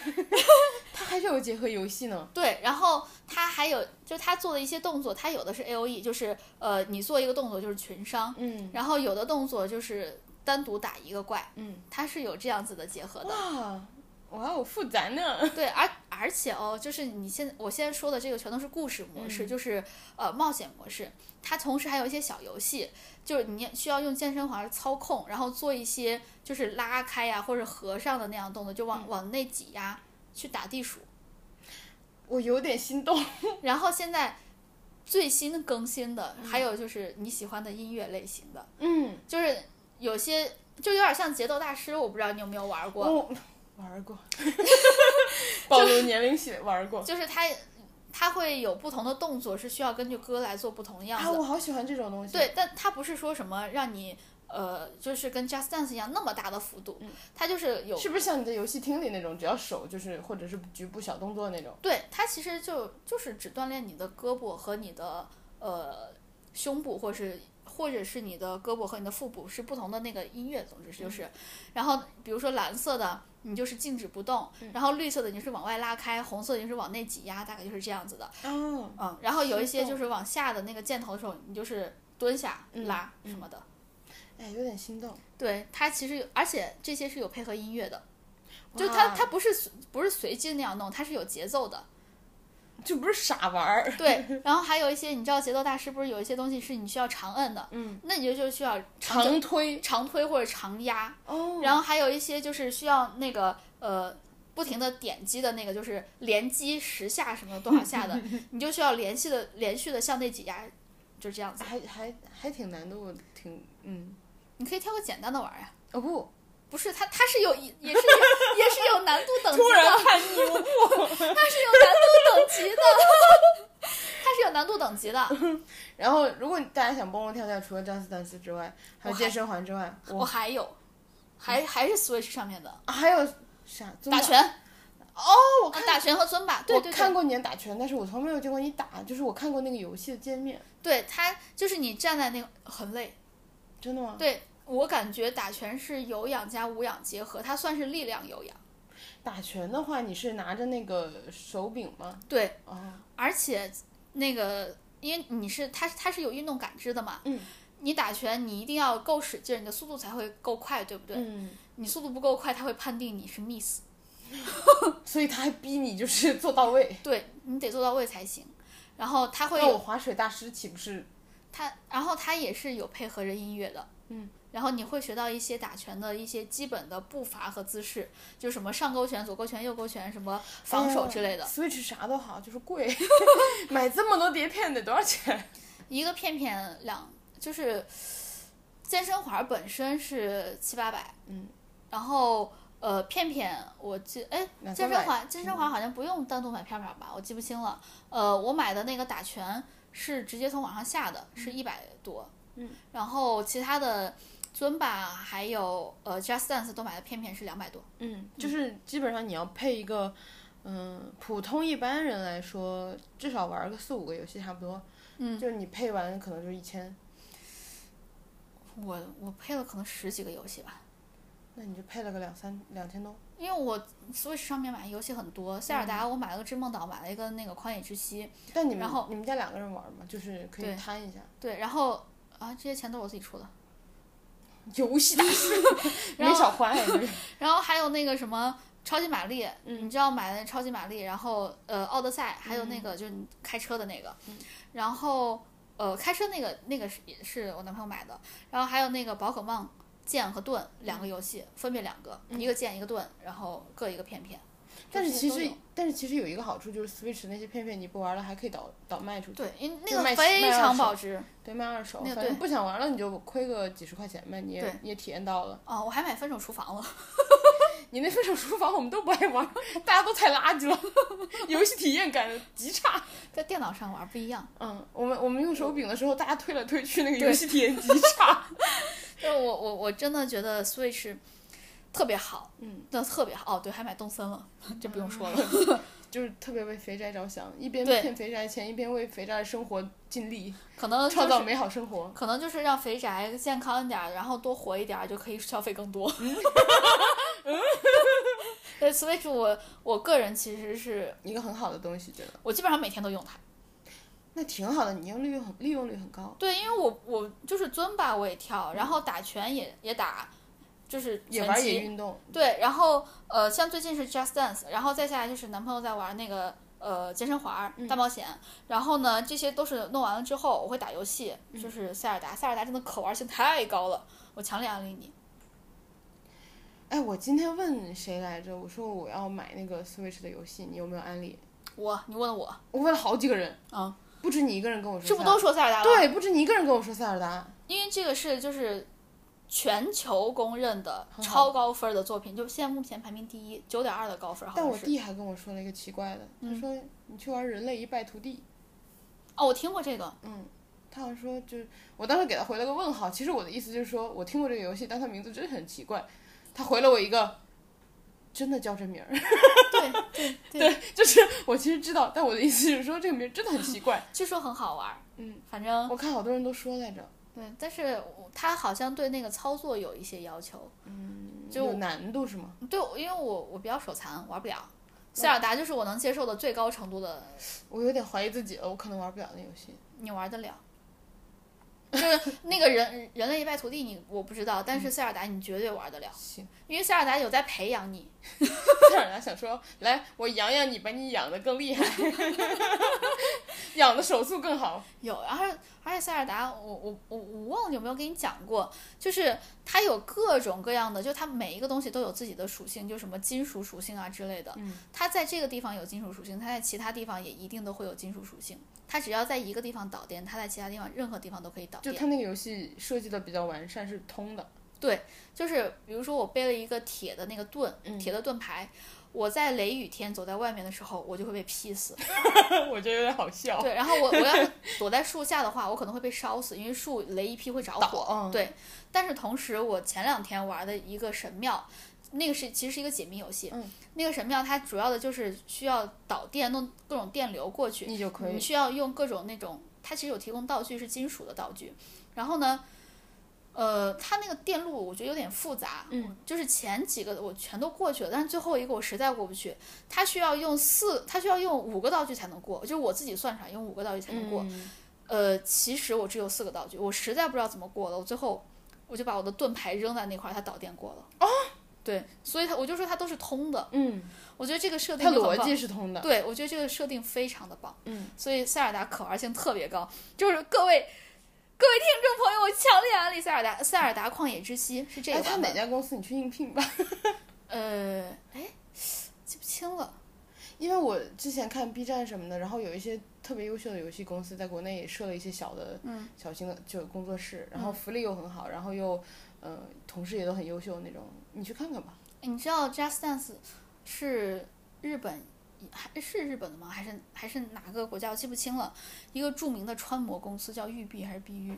B: 它还是有结合游戏呢。
A: 对，然后他还有，就他做的一些动作，他有的是 A O E，就是呃，你做一个动作就是群伤，
B: 嗯
A: 然后有的动作就是单独打一个怪，
B: 嗯，
A: 它是有这样子的结 合的。
B: 哇哇哦，复杂呢。
A: 对，而而且哦，就是你现我现在说的这个全都是故事模式，
B: 嗯
A: 就是呃冒险模式。它同时还有一些小游戏，就是你需要用健身环操控，然后做一些就是拉开呀、或者合上的那样动作，就
B: 嗯
A: 往、往内挤压去打地鼠。
B: 我有点心动。
A: 然后现在最新更新的还有就是你喜欢的音乐类型的，
B: 嗯，
A: 就是有些就有点像节奏大师，我不知道你有没有玩过。
B: 我玩 过，暴露年龄系列玩过。
A: 就是它它会有不同的动作，是需要根据歌来做不同的样
B: 啊，
A: 子。
B: 我好喜欢这种东西。
A: 对，但它不是说什么让你呃，就是跟 Just Dance 一样那么大的幅度，它就是有。
B: 嗯是不是像你在游戏厅里那种，只要手就是或者是局部小动作那种？
A: 对，它其实就就是只锻炼你的胳膊和你的呃胸部，或是或者是你的胳膊和你的腹部是不同的那个音乐，总
B: 嗯
A: 之就是，然后比如说蓝色的你就是静止不动，
B: 嗯
A: 然后绿色的你是往外拉开，红色的你是往内挤压，大概就是这样子的。
B: 哦，
A: 嗯，然后有一些
B: 心动
A: 就是往下的那个箭头的时候，你就是蹲下
B: 嗯
A: 拉什么的。
B: 哎，有点心动。
A: 对，它其实有，而且这些是有配合音乐的，就
B: 哇
A: 它它不是随不是随机那样弄，它是有节奏 的。
B: 就不是傻玩儿。
A: 对，然后还有一些你知道节奏大师不是有一些东西是你需要长摁的，
B: 嗯，
A: 那你就就需要长
B: 长推
A: 长推或者长压，
B: 哦，
A: 然后还有一些就是需要那个呃。不停的点击的那个就是 连击十下什么多少下的，你就需要连续的连续的向内挤压，就这样子。
B: 还还还挺难度，挺嗯，
A: 你可以挑个简单的玩儿呀、
B: 哦不，
A: 不是，它它是有也是有也是有难度等级
B: 突然
A: 的，
B: 叛逆，我不。
A: 它是有难度等级的，它是有难度等级的。
B: 然后，如果大家想蹦蹦跳跳，除了张思丹斯之外，还有
A: 我还
B: 健身环之外，
A: 我
B: 我
A: 还有，还还是 Switch 上面的
B: 还有啥？尊
A: 打
B: 巴
A: 拳，
B: 哦，我
A: 啊
B: 看
A: 打拳和尊巴，对对
B: 我
A: 对，
B: 看过你打拳，但是我从没有见过你打，就是我看过那个游戏的界面，
A: 对它就是你站在那个很累，
B: 真的吗？
A: 对我感觉打拳是有氧加无氧结合，它算是力量有氧。
B: 打拳的话，你是拿着那个手柄吗？
A: 对，
B: 哦，
A: 而且那个因为你是它它是有运动感知的嘛，
B: 嗯，
A: 你打拳你一定要够使劲儿，你的速度才会够快，对不对？
B: 嗯，
A: 你速度不够快，它会判定你是 miss，
B: 所以他还逼你就是 做到位。
A: 对你得做到位才行。然后它会
B: 那我
A: 有
B: 划水大师岂不是？
A: 它，然后它也是有配合着音乐的。
B: 嗯，
A: 然后你会学到一些打拳的一些基本的步伐和姿势，就什么上勾拳、左勾拳、右勾拳，什么防守之类的。
B: 哎 Switch 啥都好，就是 贵，买这么多碟片得多少钱？
A: 一个片片两就是健身环本身是七八百，
B: 嗯，
A: 然后呃片片我记哎
B: 两
A: 健
B: 三
A: 身
B: 百。
A: 环健身环好像不用单独买片片吧，我记不清了。呃，我买的那个打拳是直接从网上下的，是一百多，
B: 嗯，
A: 然后其他的。尊巴还有呃，Just Dance 都买的片片是两百多，
B: 嗯，就是基本上你要配一个，嗯、普通一般人来说，至少玩个四五个游戏差不多。
A: 嗯，
B: 就是你配完可能就一千，
A: 我我配了可能十几个游戏吧，
B: 那你就配了个两三两千多。
A: 因为我 Switch 上面买的游戏很多，塞尔达我买了个《织梦岛》，买了一个那个《荒野之息》，
B: 但你们
A: 然后
B: 你们家两个人玩吗？就是可
A: 对
B: 以摊一下。
A: 对，然后啊，这些钱都是我自己出的。
B: 游戏大师
A: 然
B: 没
A: 后
B: 少花呀， 就是
A: 然后还有那个什么超级玛丽，
B: 嗯嗯
A: 你知道买的超级玛丽，然后呃奥德赛，还有那个就是你开车的那个，然后呃开车那个那个是也是我男朋友买的，然后还有那个宝可梦剑和盾
B: 嗯
A: 两个游戏，分别两个，一个剑一个盾，然后各一个片片。
B: 但是
A: 这
B: 其
A: 些都
B: 实
A: 有，
B: 但是其实有一个好处就是 Switch 那些片片你不玩了还可以倒倒卖出去，
A: 对，因为
B: 就
A: 那
B: 卖
A: 个非
B: 卖二
A: 常
B: 手
A: 保值
B: 对，卖二手。
A: 那个
B: 反
A: 对
B: 正不想玩了你就亏个几十块钱呗，你也
A: 对
B: 你也体验到了。
A: 哦，我还买《分手厨房》了。
B: 你那分手厨房我们都不爱玩，大家都太垃圾了， 游戏体验感极差。
A: 在电脑上玩不一样，
B: 嗯，我们我们用手柄的时候，大家推来推去，那个
A: 对
B: 游戏体验极 差。
A: 就是我我我真的觉得 Switch 特别好，
B: 嗯，
A: 那特别好。哦，对，还买动森了，这不用说了。
B: 就是特别为肥宅着想，一边
A: 对
B: 骗肥宅钱，一边为肥宅的生活尽力，
A: 可能就
B: 嗯创造
A: 是
B: 美好生活。
A: 可能就是让肥宅健康一点儿，然后多活一点儿，就可以消费更多。
B: 嗯
A: 对 Switch，我我个人其实是
B: 一个很好的东西，觉得
A: 我基本上每天都用它。
B: 那挺好的，你用利用很利用率很高，
A: 对，因为我我就是尊吧我也跳，然后打拳也也打，就是
B: 也
A: 拳
B: 玩
A: 击
B: 也运动，
A: 对，然后呃，像最近是 Just Dance，然后再下来就是男朋友在玩那个呃健身环儿、大冒险，然后呢，这些都是弄完了之后，我会打游戏，就是塞尔达，塞尔达真的可玩性太高了，我强烈安利你。
B: 哎，我今天问谁来着？我说我要买那个 Switch 的游戏，你有没有安利？
A: 我，你问我，
B: 我问了好几个人，
A: 啊，
B: 不止你一个人跟我说塞
A: 这
B: 尔
A: 不
B: 达，
A: 都说塞尔达了？，
B: 对，不止你一个人跟我说塞尔达，
A: 因为这个是就是全球公认的
B: 很好
A: 超高分儿的作品，就现在目前排名第一，九点二的高分儿好
B: 但
A: 像
B: 我
A: 是。嗯
B: 弟还跟我说了一个奇怪的，他说你去玩《人类一败涂地》，
A: 哦，我听过这个，
B: 嗯，他好像说就是我当时给他回了个问号，其实我的意思就是说我听过这个游戏，但它名字真的很奇怪，他回了我一个。真的叫这名儿，
A: 对 对对，
B: 就是我其实知道，但我的意思就是说这个名儿真的很奇怪。
A: 据说很好玩儿，
B: 嗯，
A: 反正
B: 我看好多人都说来着，
A: 对，但是我他好像对那个操作有一些要求。就
B: 有难度是吗？
A: 对，我因为我我比较手残，玩不了。塞尔达就是我能接受的最高程度的，
B: 我有点怀疑自己了，我可能玩不了那游戏。
A: 你玩得了。就是那个人人类一败涂地你，我不知道，但是塞尔达你绝对玩得了，
B: 行，
A: 因为塞尔达有在培养你。
B: 塞尔达想说，来，我养养你，把你养得更厉害。 养的手速更好。
A: 有，然后而且塞尔达，我我我我忘了有没有跟你讲过，就是它有各种各样的，就它每一个东西都有自己的属性，就什么金属属性啊之类的。
B: 嗯，
A: 它在这个地方有金属属性，它在其他地方也一定都会有金属属性。它只要在一个地方导电，它在其他地方任何地方都可以导
B: 就
A: 电。
B: 它那个游戏设计的比较完善，是通的。
A: 就是比如说我背了一个铁的那个盾，
B: 嗯
A: 铁的盾牌，我在雷雨天走在外面的时候，我就会被劈死。
B: 我觉得有点好笑。
A: 对，然后我我要是躲在树下的话，我可能会被烧死，因为树雷一劈会着火。
B: 嗯
A: 对，但是同时我前两天玩的一个神庙，那个是其实是一个解谜游戏，
B: 嗯
A: 那个神庙它主要的就是需要导电，弄各种电流过去，
B: 你就嗯可
A: 你
B: 以。
A: 需要用各种那种，它其实有提供道具是金属的道具，然后呢。呃，它那个电路我觉得有点复杂，
B: 嗯，
A: 就是前几个我全都过去了，但是最后一个我实在过不去。它需要用四，它需要用五个道具才能过，就是我自己算出来用五个道具才能过。
B: 嗯
A: 呃，其实我只有四个道具，我实在不知道怎么过了，我最后我就把我的盾牌扔在那块儿，它导电过了。哦，对，所以它我就说它都是通的，
B: 嗯，
A: 我觉得这个设定
B: 它
A: 就很
B: 逻
A: 棒
B: 辑是通的。
A: 对，我觉得这个设定非常的棒，
B: 嗯，
A: 所以塞尔达可玩性特别高，就是各位各位听众朋友，我强烈安利塞尔达《塞尔达旷野之息》是这
B: 哎，
A: 个
B: 它
A: 版
B: 哪
A: 本，
B: 家公司你去应聘吧？
A: 呃，哎，记不清了，
B: 因为我之前看 B 站什么的，然后有一些特别优秀的游戏公司在国内也设了一些小的、
A: 嗯
B: 小型的就工作室，然后福利又很好，然后又呃同事也都很优秀那种，你去看看吧。
A: 你知道 Just Dance 是日本。还是日本的吗？还是还是哪个国家？我记不清了。一个著名的穿模公司叫育碧还是碧玉？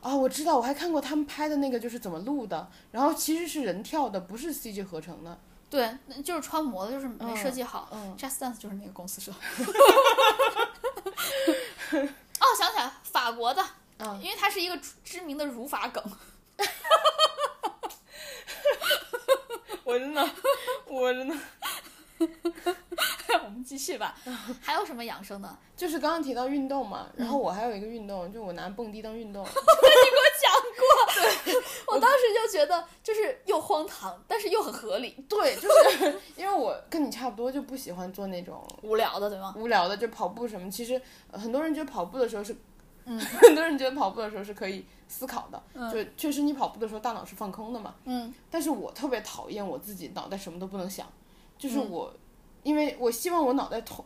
B: 啊，我知道，我还看过他们拍的那个就是怎么录的，然后其实是人跳的，不是 CG 合成的。
A: 对，那就是穿模的，就是没设计好。
B: 嗯，
A: Just Dance 就是那个公 司说。哦，想起来，法国的，
B: 嗯
A: 因为它是一个知知名的儒法梗。
B: 我真的，我真的，
A: 我们继续吧。
B: 嗯
A: 还有什么养 生的？
B: 就是刚刚提到运动嘛，然后我还有一个运动，就我拿蹦迪当运动。
A: 我当时就觉得，就是又荒唐，但是又很合理，
B: 对，就是 因为我跟你差不多，就不喜欢做那种
A: 无聊的，对吗？
B: 无聊的，就跑步什么。其实呃很多人觉得跑步的时候是，
A: 嗯
B: 很多人觉得跑步的时候是可以思考的，
A: 嗯
B: 就确实你跑步的时候大脑是放空的嘛。
A: 嗯
B: 但是我特别讨厌我自己脑袋什么都不能想，就是
A: 嗯
B: 我，因为我希望我脑袋头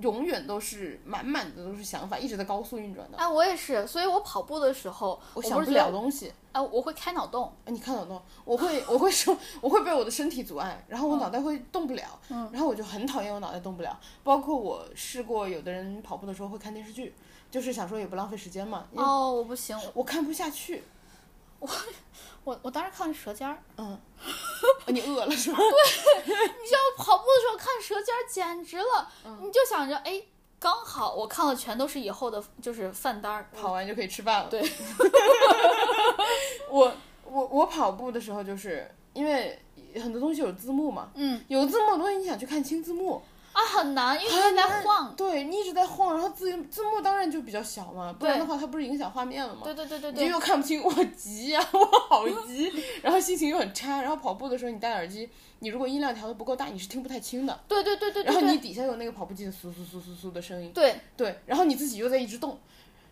B: 永远都是满满的都是想法，一直在高速运转的，
A: 哎，我也是，所以我跑步的时候，我
B: 我想
A: 不
B: 不
A: 是
B: 了
A: 觉得。
B: 东西。
A: 哎，我会开脑洞。
B: 哎你看得懂，我会我会说，我会被我的身体阻碍，然后我
A: 嗯
B: 脑袋会动不了，
A: 嗯
B: 然后我就很讨厌我脑袋动不了。包括我试过，有的人跑步的时候会看电视剧，就是想说也不浪费时间嘛，因为
A: 哦，我不行，
B: 我看不下去。
A: 我我当时看《舌尖儿》，
B: 嗯， 你饿了是吧？ 嗯
A: 我跑步的时候看《舌尖儿》，简直了。你就想着，哎，刚好我看了全都是以后的，就是饭单儿。
B: 跑完就可以吃饭了。
A: 对，
B: 我我我跑步的时候，就是因为很多东西有字幕嘛，
A: 嗯
B: 有字幕的东西你想去看清字幕，
A: 啊，很难，因为它在晃。
B: 对你一直在晃，然后字字幕当然就比较小嘛，不然
A: 对
B: 的话它不是影响画面了吗？
A: 对对对对
B: 你就
A: 对，
B: 又看不清，我急啊， 我好急，然后心情又很差，然后跑步的时候你戴耳机，你如果音量调的不够大，你是听不太清的，
A: 对对对对
B: 然
A: 对
B: 后你
A: 对
B: 底下有那个跑步机的簌簌簌簌簌的声音，
A: 对，
B: 对，然后你自己又在一直动，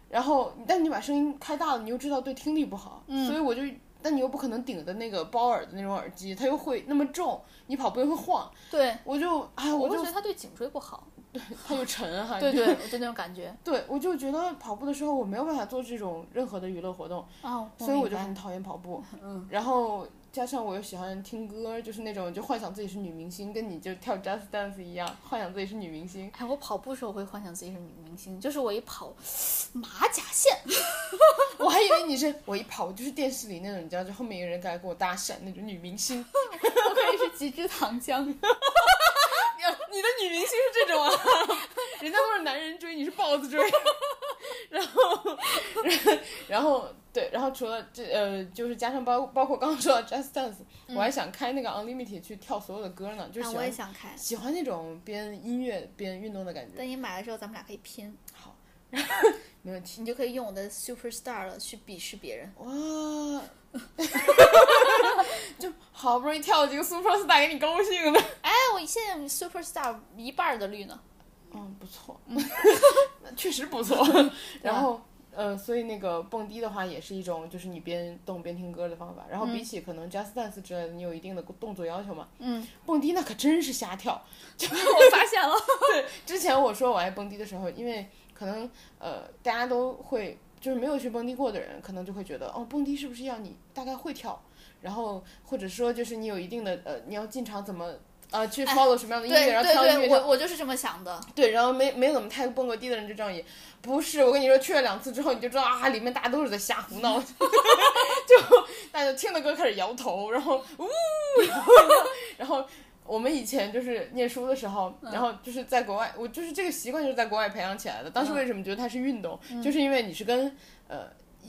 B: 然后但你把声音开大了，你又知道对听力不好，
A: 嗯
B: 所以我就，但你又不可能顶着那个包耳的那种耳机，它又会那么重，你跑步又会晃，
A: 对，
B: 我就哎，
A: 我
B: 我
A: 会
B: 就
A: 觉得它对颈椎不好。
B: 它又沉哈、
A: 对
B: 你就
A: 对，我就那种感 觉。
B: 对，我就觉得跑步的时候我没有办法做这种任何的娱乐活动，
A: 哦，
B: 啊所以我
A: 明
B: 就
A: 白
B: 很讨厌跑步，
A: 嗯，
B: 然后。加上我又喜欢听歌，就是那种就幻想自己是女明星，跟你就跳 Just Dance 一样，幻想自己是女明星。
A: 哎，我跑步时候会幻想自己是女明星，就是我一跑，马甲线，
B: 我还以为你是我一跑，我就是电视里那种，你知道，就后面有人过来跟我搭讪那种女明星。
A: 我可以是极致糖浆。
B: 你的女明星是这种啊？ 人家都是男人追，你是豹子追。 然后， 然后，对，然后除了这呃，就是加上包包括刚刚说到 Just Dance，、我还想开那个 Unlimited 去跳所有的歌呢，就
A: 啊
B: 喜
A: 我也
B: 欢、
A: 想开，
B: 喜欢那种边音乐边运动的感觉。
A: 等你买了之后，咱们俩可以拼，
B: 好，没问题。
A: 你就可以用我的 superstar 了去鄙视别人。
B: 哇， 就好不容易跳了几个 Super Star 给你高兴的。
A: 哎，我现在 superstar 一半儿的绿呢。
B: 嗯，啊不错， 确实不 错。然后，呃，所以那个蹦迪的话，也是一种就是你边动边听歌的方法。然后比起可能 Just Dance 之类的，你有一定的动作要求嘛？
A: 嗯，
B: 蹦迪那可真是瞎跳。
A: 我发现了，
B: 对，之前我说我爱蹦迪的时候，因为可能呃大家都会就是没有去蹦迪过的人，可能就会觉得哦，蹦迪是不是要你大概会跳，然后或者说就是你有一定的呃你要进场怎么呃去 follow 什么样的音乐，
A: 哎对
B: 然后
A: 对
B: 跳音乐
A: 对，
B: 跳
A: 我我就是这么想的。
B: 对，然后没没怎么太蹦过迪的人就这样也不是。我跟你说，去了两次之后，你就知道啊，里面大家都是在瞎胡闹，就大 家就听着歌开始摇头，然后呜，然后然后我们以前就是念书的时候，然后就是在国外，我就是这个习惯就是在国外培养起来的。当时为什么觉得它是运动，就是因为你是跟呃，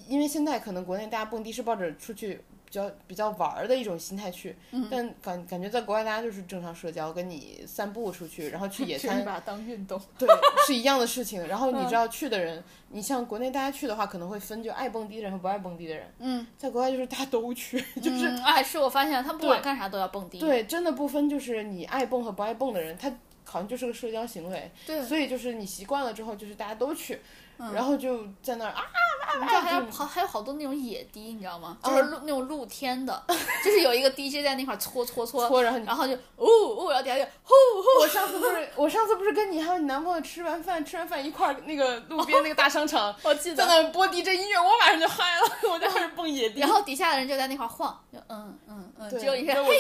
B: 因为现在可能国内大家蹦迪是抱着出去。比较比较玩儿的一种心态去，但感感觉在国外大家就是正常社交，跟你散步出去，然后去野餐，
C: 把它当运
A: 嗯
C: 动。
B: 对，是一样的事情。然后你知道去的人，你像国内大家去的话，可能会分就爱蹦迪的人和不爱蹦迪的人。
A: 嗯，
B: 在国外就是大家都去，就是、
A: 嗯，哎，是我发现了他们不管干啥都要蹦迪。
B: 对，真的不分就是你爱蹦和不爱蹦的人，他好像就是个社交行为。
A: 对，嗯
B: 所以就是你习惯了之后，就是大家都去，然后就在那儿啊，
A: 你知道还有好还有好多那种野迪，你知道吗？就是露那种露天的，就是有一个 DJ 在那块儿搓搓搓，
B: 搓，然后你
A: 然后就哦哦，然后底下就呼
B: 我上次不是，我上次不是跟你还有你男朋友吃完饭，吃完饭一块儿那个路边那个大
A: ，
B: 商场
A: 我记得。
B: 在那儿播 DJ 音乐，我马上就嗨了，我就开始蹦 野迪
A: 然，后底下的人就在那块儿晃，就嗯嗯嗯，
B: 对
A: 只有你是
B: 然
A: 嘿
B: 后我
A: 嘿，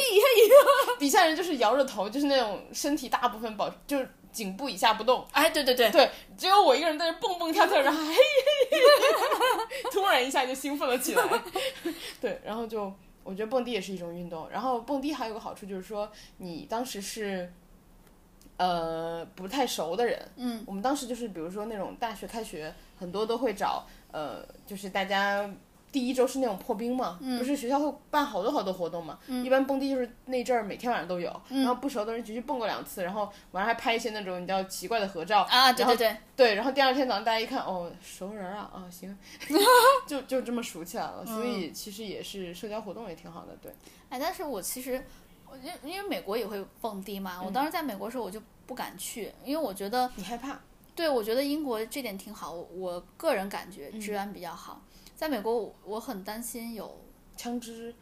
B: 底下人就是摇着头，就是那种身体大部分保就是颈部以下不动，
A: 哎，对对对，
B: 对，只有我一个人在那蹦蹦跳跳，然后嘿嘿嘿， 突然一下就兴奋了起来。对，然后就我觉得蹦迪也是一种运动，然后蹦迪还有个好处就是说，你当时是呃不太熟的人，
A: 嗯，
B: 我们当时就是比如说那种大学开学，很多都会找呃，就是大家。第一周是那种破冰嘛，不是学校会办好多好多活动嘛，一般蹦迪就是那阵儿每天晚上都有，然后不熟的人就去蹦过两次，然后晚上还拍一些那种你知道奇怪的合照
A: 啊，对
B: 然后
A: 对对，
B: 对，然后第二天早上大家一看，哦，熟人啊，啊，行，就就这么熟起来了。所
A: 嗯
B: 以其实也是社交活动也挺好的，对。
A: 哎，但是我其实，我因因为美国也会蹦迪嘛，
B: 嗯
A: 我当时在美国的时候我就不敢去，因为我觉得，
B: 你害怕？
A: 对我觉得英国这点挺好，我我个人感觉
B: 嗯
A: 治安比较好，在美国我我很担心有
B: 枪支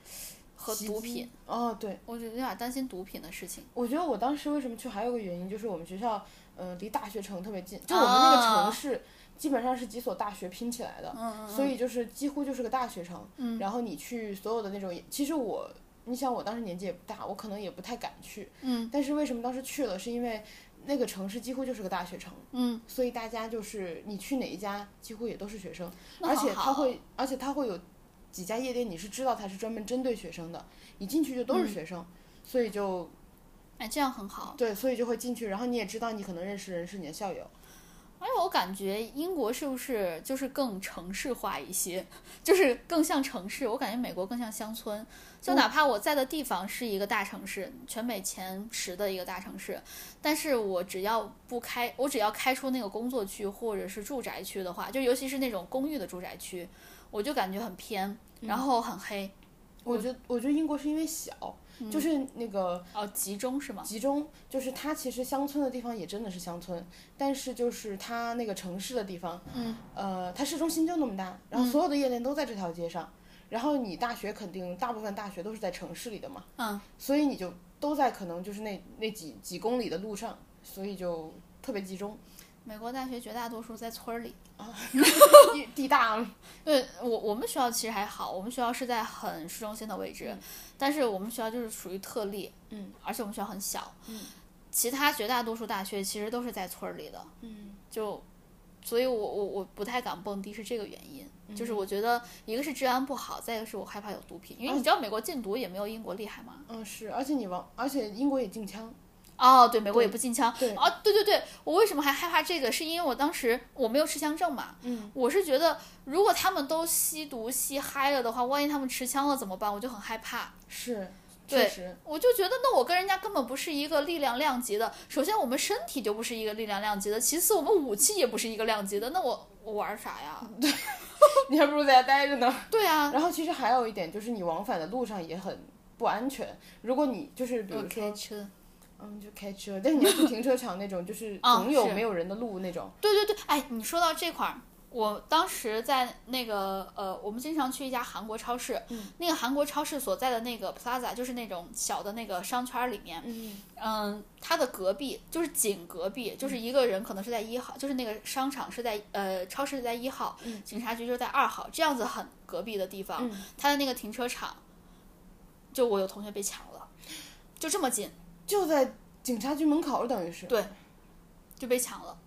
A: 和
B: 袭
A: 毒
B: 击
A: 品，
B: 哦，对，
A: 我就有点担心毒品的事情。
B: 我觉得我当时为什么去，还有个原因就是我们学校，嗯、离大学城特别近，就我们那个
A: 啊嗯
B: 城市基本上是几所大学拼起来的，所以就是几乎就是个大学城。嗯、然后你去所有的那种，其实我，你想我当时年纪也不大，我可能也不太敢去。
A: 嗯，
B: 但是为什么当时去了，是因为那个城市几乎就是个大学城。
A: 嗯，
B: 所以大家就是你去哪一家，几乎也都是学生，
A: 那
B: 而
A: 好
B: 且
A: 好
B: 他会，而且他会有几家夜店，你是知道它是专门针对学生的，你进去就都
A: 嗯
B: 是学生，所以就
A: 哎，这样很好。
B: 对，所以就会进去，然后你也知道你可能认识人是你的校友，
A: 而哎且我感觉英国是不是就是更城市化一些， 就是更像城市？我感觉美国更像乡村。就哪怕我在的地方是一个大城市，全美前十的一个大城市，但是我只要不开，我只要开出那个工作区或者是住宅区的话，就尤其是那种公寓的住宅区，我就感觉很偏，然后很黑，嗯
B: 我觉得我觉得英国是因为小，就是那个
A: 哦，集中是吗？
B: 集中，就是它其实乡村的地方也真的是乡村，但是就是它那个城市的地方，
A: 嗯，
B: 呃，它市中心就那么大，然后所有的夜店都在这条街上，然后你大学肯定大部分大学都是在城市里的嘛，
A: 嗯，
B: 所以你就都在可能就是那那几几公里的路上，所以就特别 集中，
A: 美国大学绝大多数在村儿里。
B: 地地大，
A: 对我，我们学校其实还好，我们学校是在很市中心的位置，但是我们学校就是属于特例，
B: 嗯，
A: 而且我们学校很小，
B: 嗯，
A: 其他绝大多数大学其实都是在村儿里的，
B: 嗯，
A: 就，所以我我我不太敢蹦迪是这个原因，
B: 嗯
A: 就是我觉得一个是治安不好，再一个是我害怕有毒品，
B: 哦
A: 因为你知道美国禁毒也没有英国厉害嘛，
B: 嗯是，而且你往，而且英国也禁枪，
A: 哦，对，美国也不禁枪。
B: 对
A: 哦，对对对，我为什么还害怕这个？是因为我当时我没有持枪证嘛。
B: 嗯，
A: 我是觉得如果他们都吸毒吸嗨了的话，万一他们持枪了怎么办？我就很害怕。
B: 是，
A: 对
B: 确实，
A: 我就觉得，那我跟人家根本不是一个力量量级的。首先，我们身体就不是一个力量量级的；其次，我们武器也不是一个量级的。那我我玩啥呀？
B: 你还不如在家待着呢。
A: 对啊，
B: 然后其实还有一点就是你往返的路上也很不安全。如果你就是比如
A: 我
B: 说
A: 开车，
B: 嗯，就开车，但是你要去停车场那种，就是
A: 啊
B: 总有
A: 是
B: 没有人的路那种。
A: 对对对，哎，你说到这块儿，我当时在那个呃，我们经常去一家韩国超市，
B: 嗯
A: 那个韩国超市所在的那个 plaza 就是那种小的那个商圈儿里面，
B: 嗯
A: 嗯，它的隔壁就是紧隔壁，就是一个人可能是在一号，就是那个商场是在呃超市是在一号，
B: 嗯
A: 警察局就是在二号，这样子很隔壁的地方，
B: 嗯
A: 它的那个停车场，就我有同学被抢了，就这么近
B: 就在警察局门口，等于是。
A: 对就被抢了。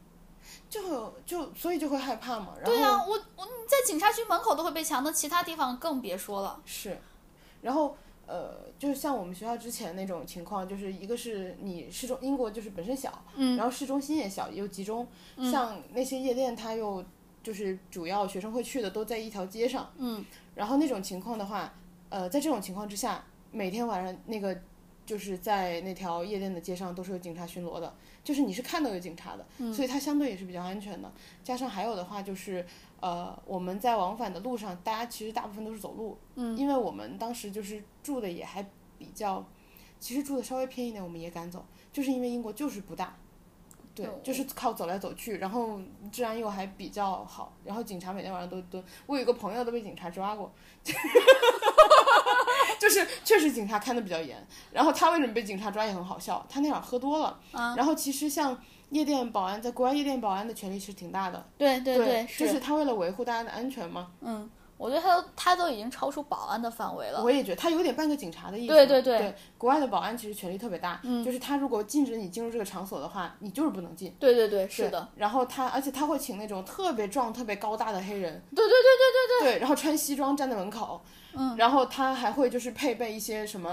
B: 就就所以就会害怕嘛。哦然后
A: 对呀、我我你在警察局门口都会被抢，那其他地方更别说了。
B: 是，然后呃，就是像我们学校之前那种情况，就是一个是你市中英国就是本身小，
A: 嗯
B: 然后市中心也小，也有集中，像那些夜店，它又就是主要学生会去的都在一条街上，
A: 嗯，
B: 然后那种情况的话，呃，在这种情况之下，每天晚上那个。就是在那条夜店的街上都是有警察巡逻的，就是你是看到有警察的，
A: 嗯
B: 所以它相对也是比较安全的。加上还有的话就是，呃，我们在往返的路上，大家其实大部分都是走路，因为我们当时就是住的也还比较，其实住的稍微偏一点，我们也敢走，就是因为英国就是不大，对
A: 哦，
B: 就是靠走来走去，然后治安又还比较好，然后警察每天晚上都蹲，我有一个朋友都被警察抓过， 就是确实警察看的比较严，然后他为什么被警察抓也很好笑，他那晚喝多了，然后其实像夜店保安在国外夜店保安的权力是挺大的，
A: 对对
B: 就，是他为了维护大家的安全嘛，
A: 嗯，我觉得他都他都已经超出保安的范围了。
B: 我也觉得他有点半个警察的意思。
A: 呃对对对嗯
B: 对国外的保安其实权力特别大，就是他如果禁止你进入这个场所的话，你就是不能进。
A: 对对对，是
B: 对
A: 的，。
B: 然后他，而且他会请那种特别壮、特别高大的黑人，
A: 对对对
B: 对，然后穿西装站在门口。嗯，然后他还会就是配备一些什么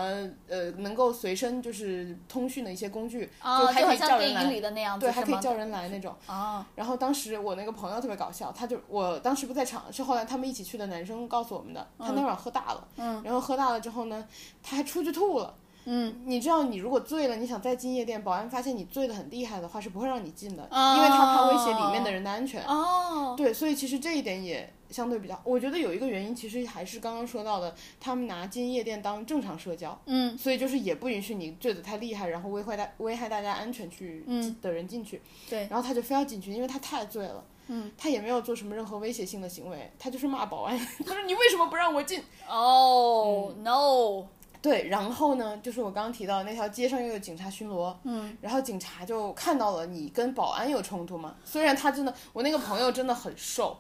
B: 呃能够随身就是通讯的一些工具，
A: 啊，
B: 还
A: 就
B: 可
A: 很
B: 以
A: 像
B: 叫
A: 电
B: 人
A: 影
B: 来，
A: 里的那样子，
B: 对，还
A: 是
B: 可以
A: 吗？
B: 叫人来那种。
A: 啊，
B: 然后当时我那个朋友特别搞笑，他就我当时不在场，是后来他们一起去的男生告诉我们的。他那晚上喝大了，嗯，然后喝大了之后呢，他还出去吐了。嗯，你知道，你如果醉了，你想再进夜店，保安发现你醉得很厉害的话，是不会让你进的，因为他怕威胁里面的人的安全。
A: 哦，
B: 对，所以其实这一点也相对比较，我觉得有一个原因，其实还是刚刚说到的，他们拿进夜店当正常社交，
A: 嗯，
B: 所以就是也不允许你醉得太厉害，然后危害大危害大家安全去的人进去。
A: 嗯对，
B: 然后他就非要进去，因为他太醉了。
A: 嗯，
B: 他也没有做什么任何威胁性的行为，他就是骂保 安，他说你为什么不让我进？
A: 哦，no，
B: 嗯对，然后呢，就是我刚刚提到那条街上又有警察巡逻，嗯，然后警察就看到了你跟保安有冲突嘛。虽然他真的，我那个朋友真的很瘦，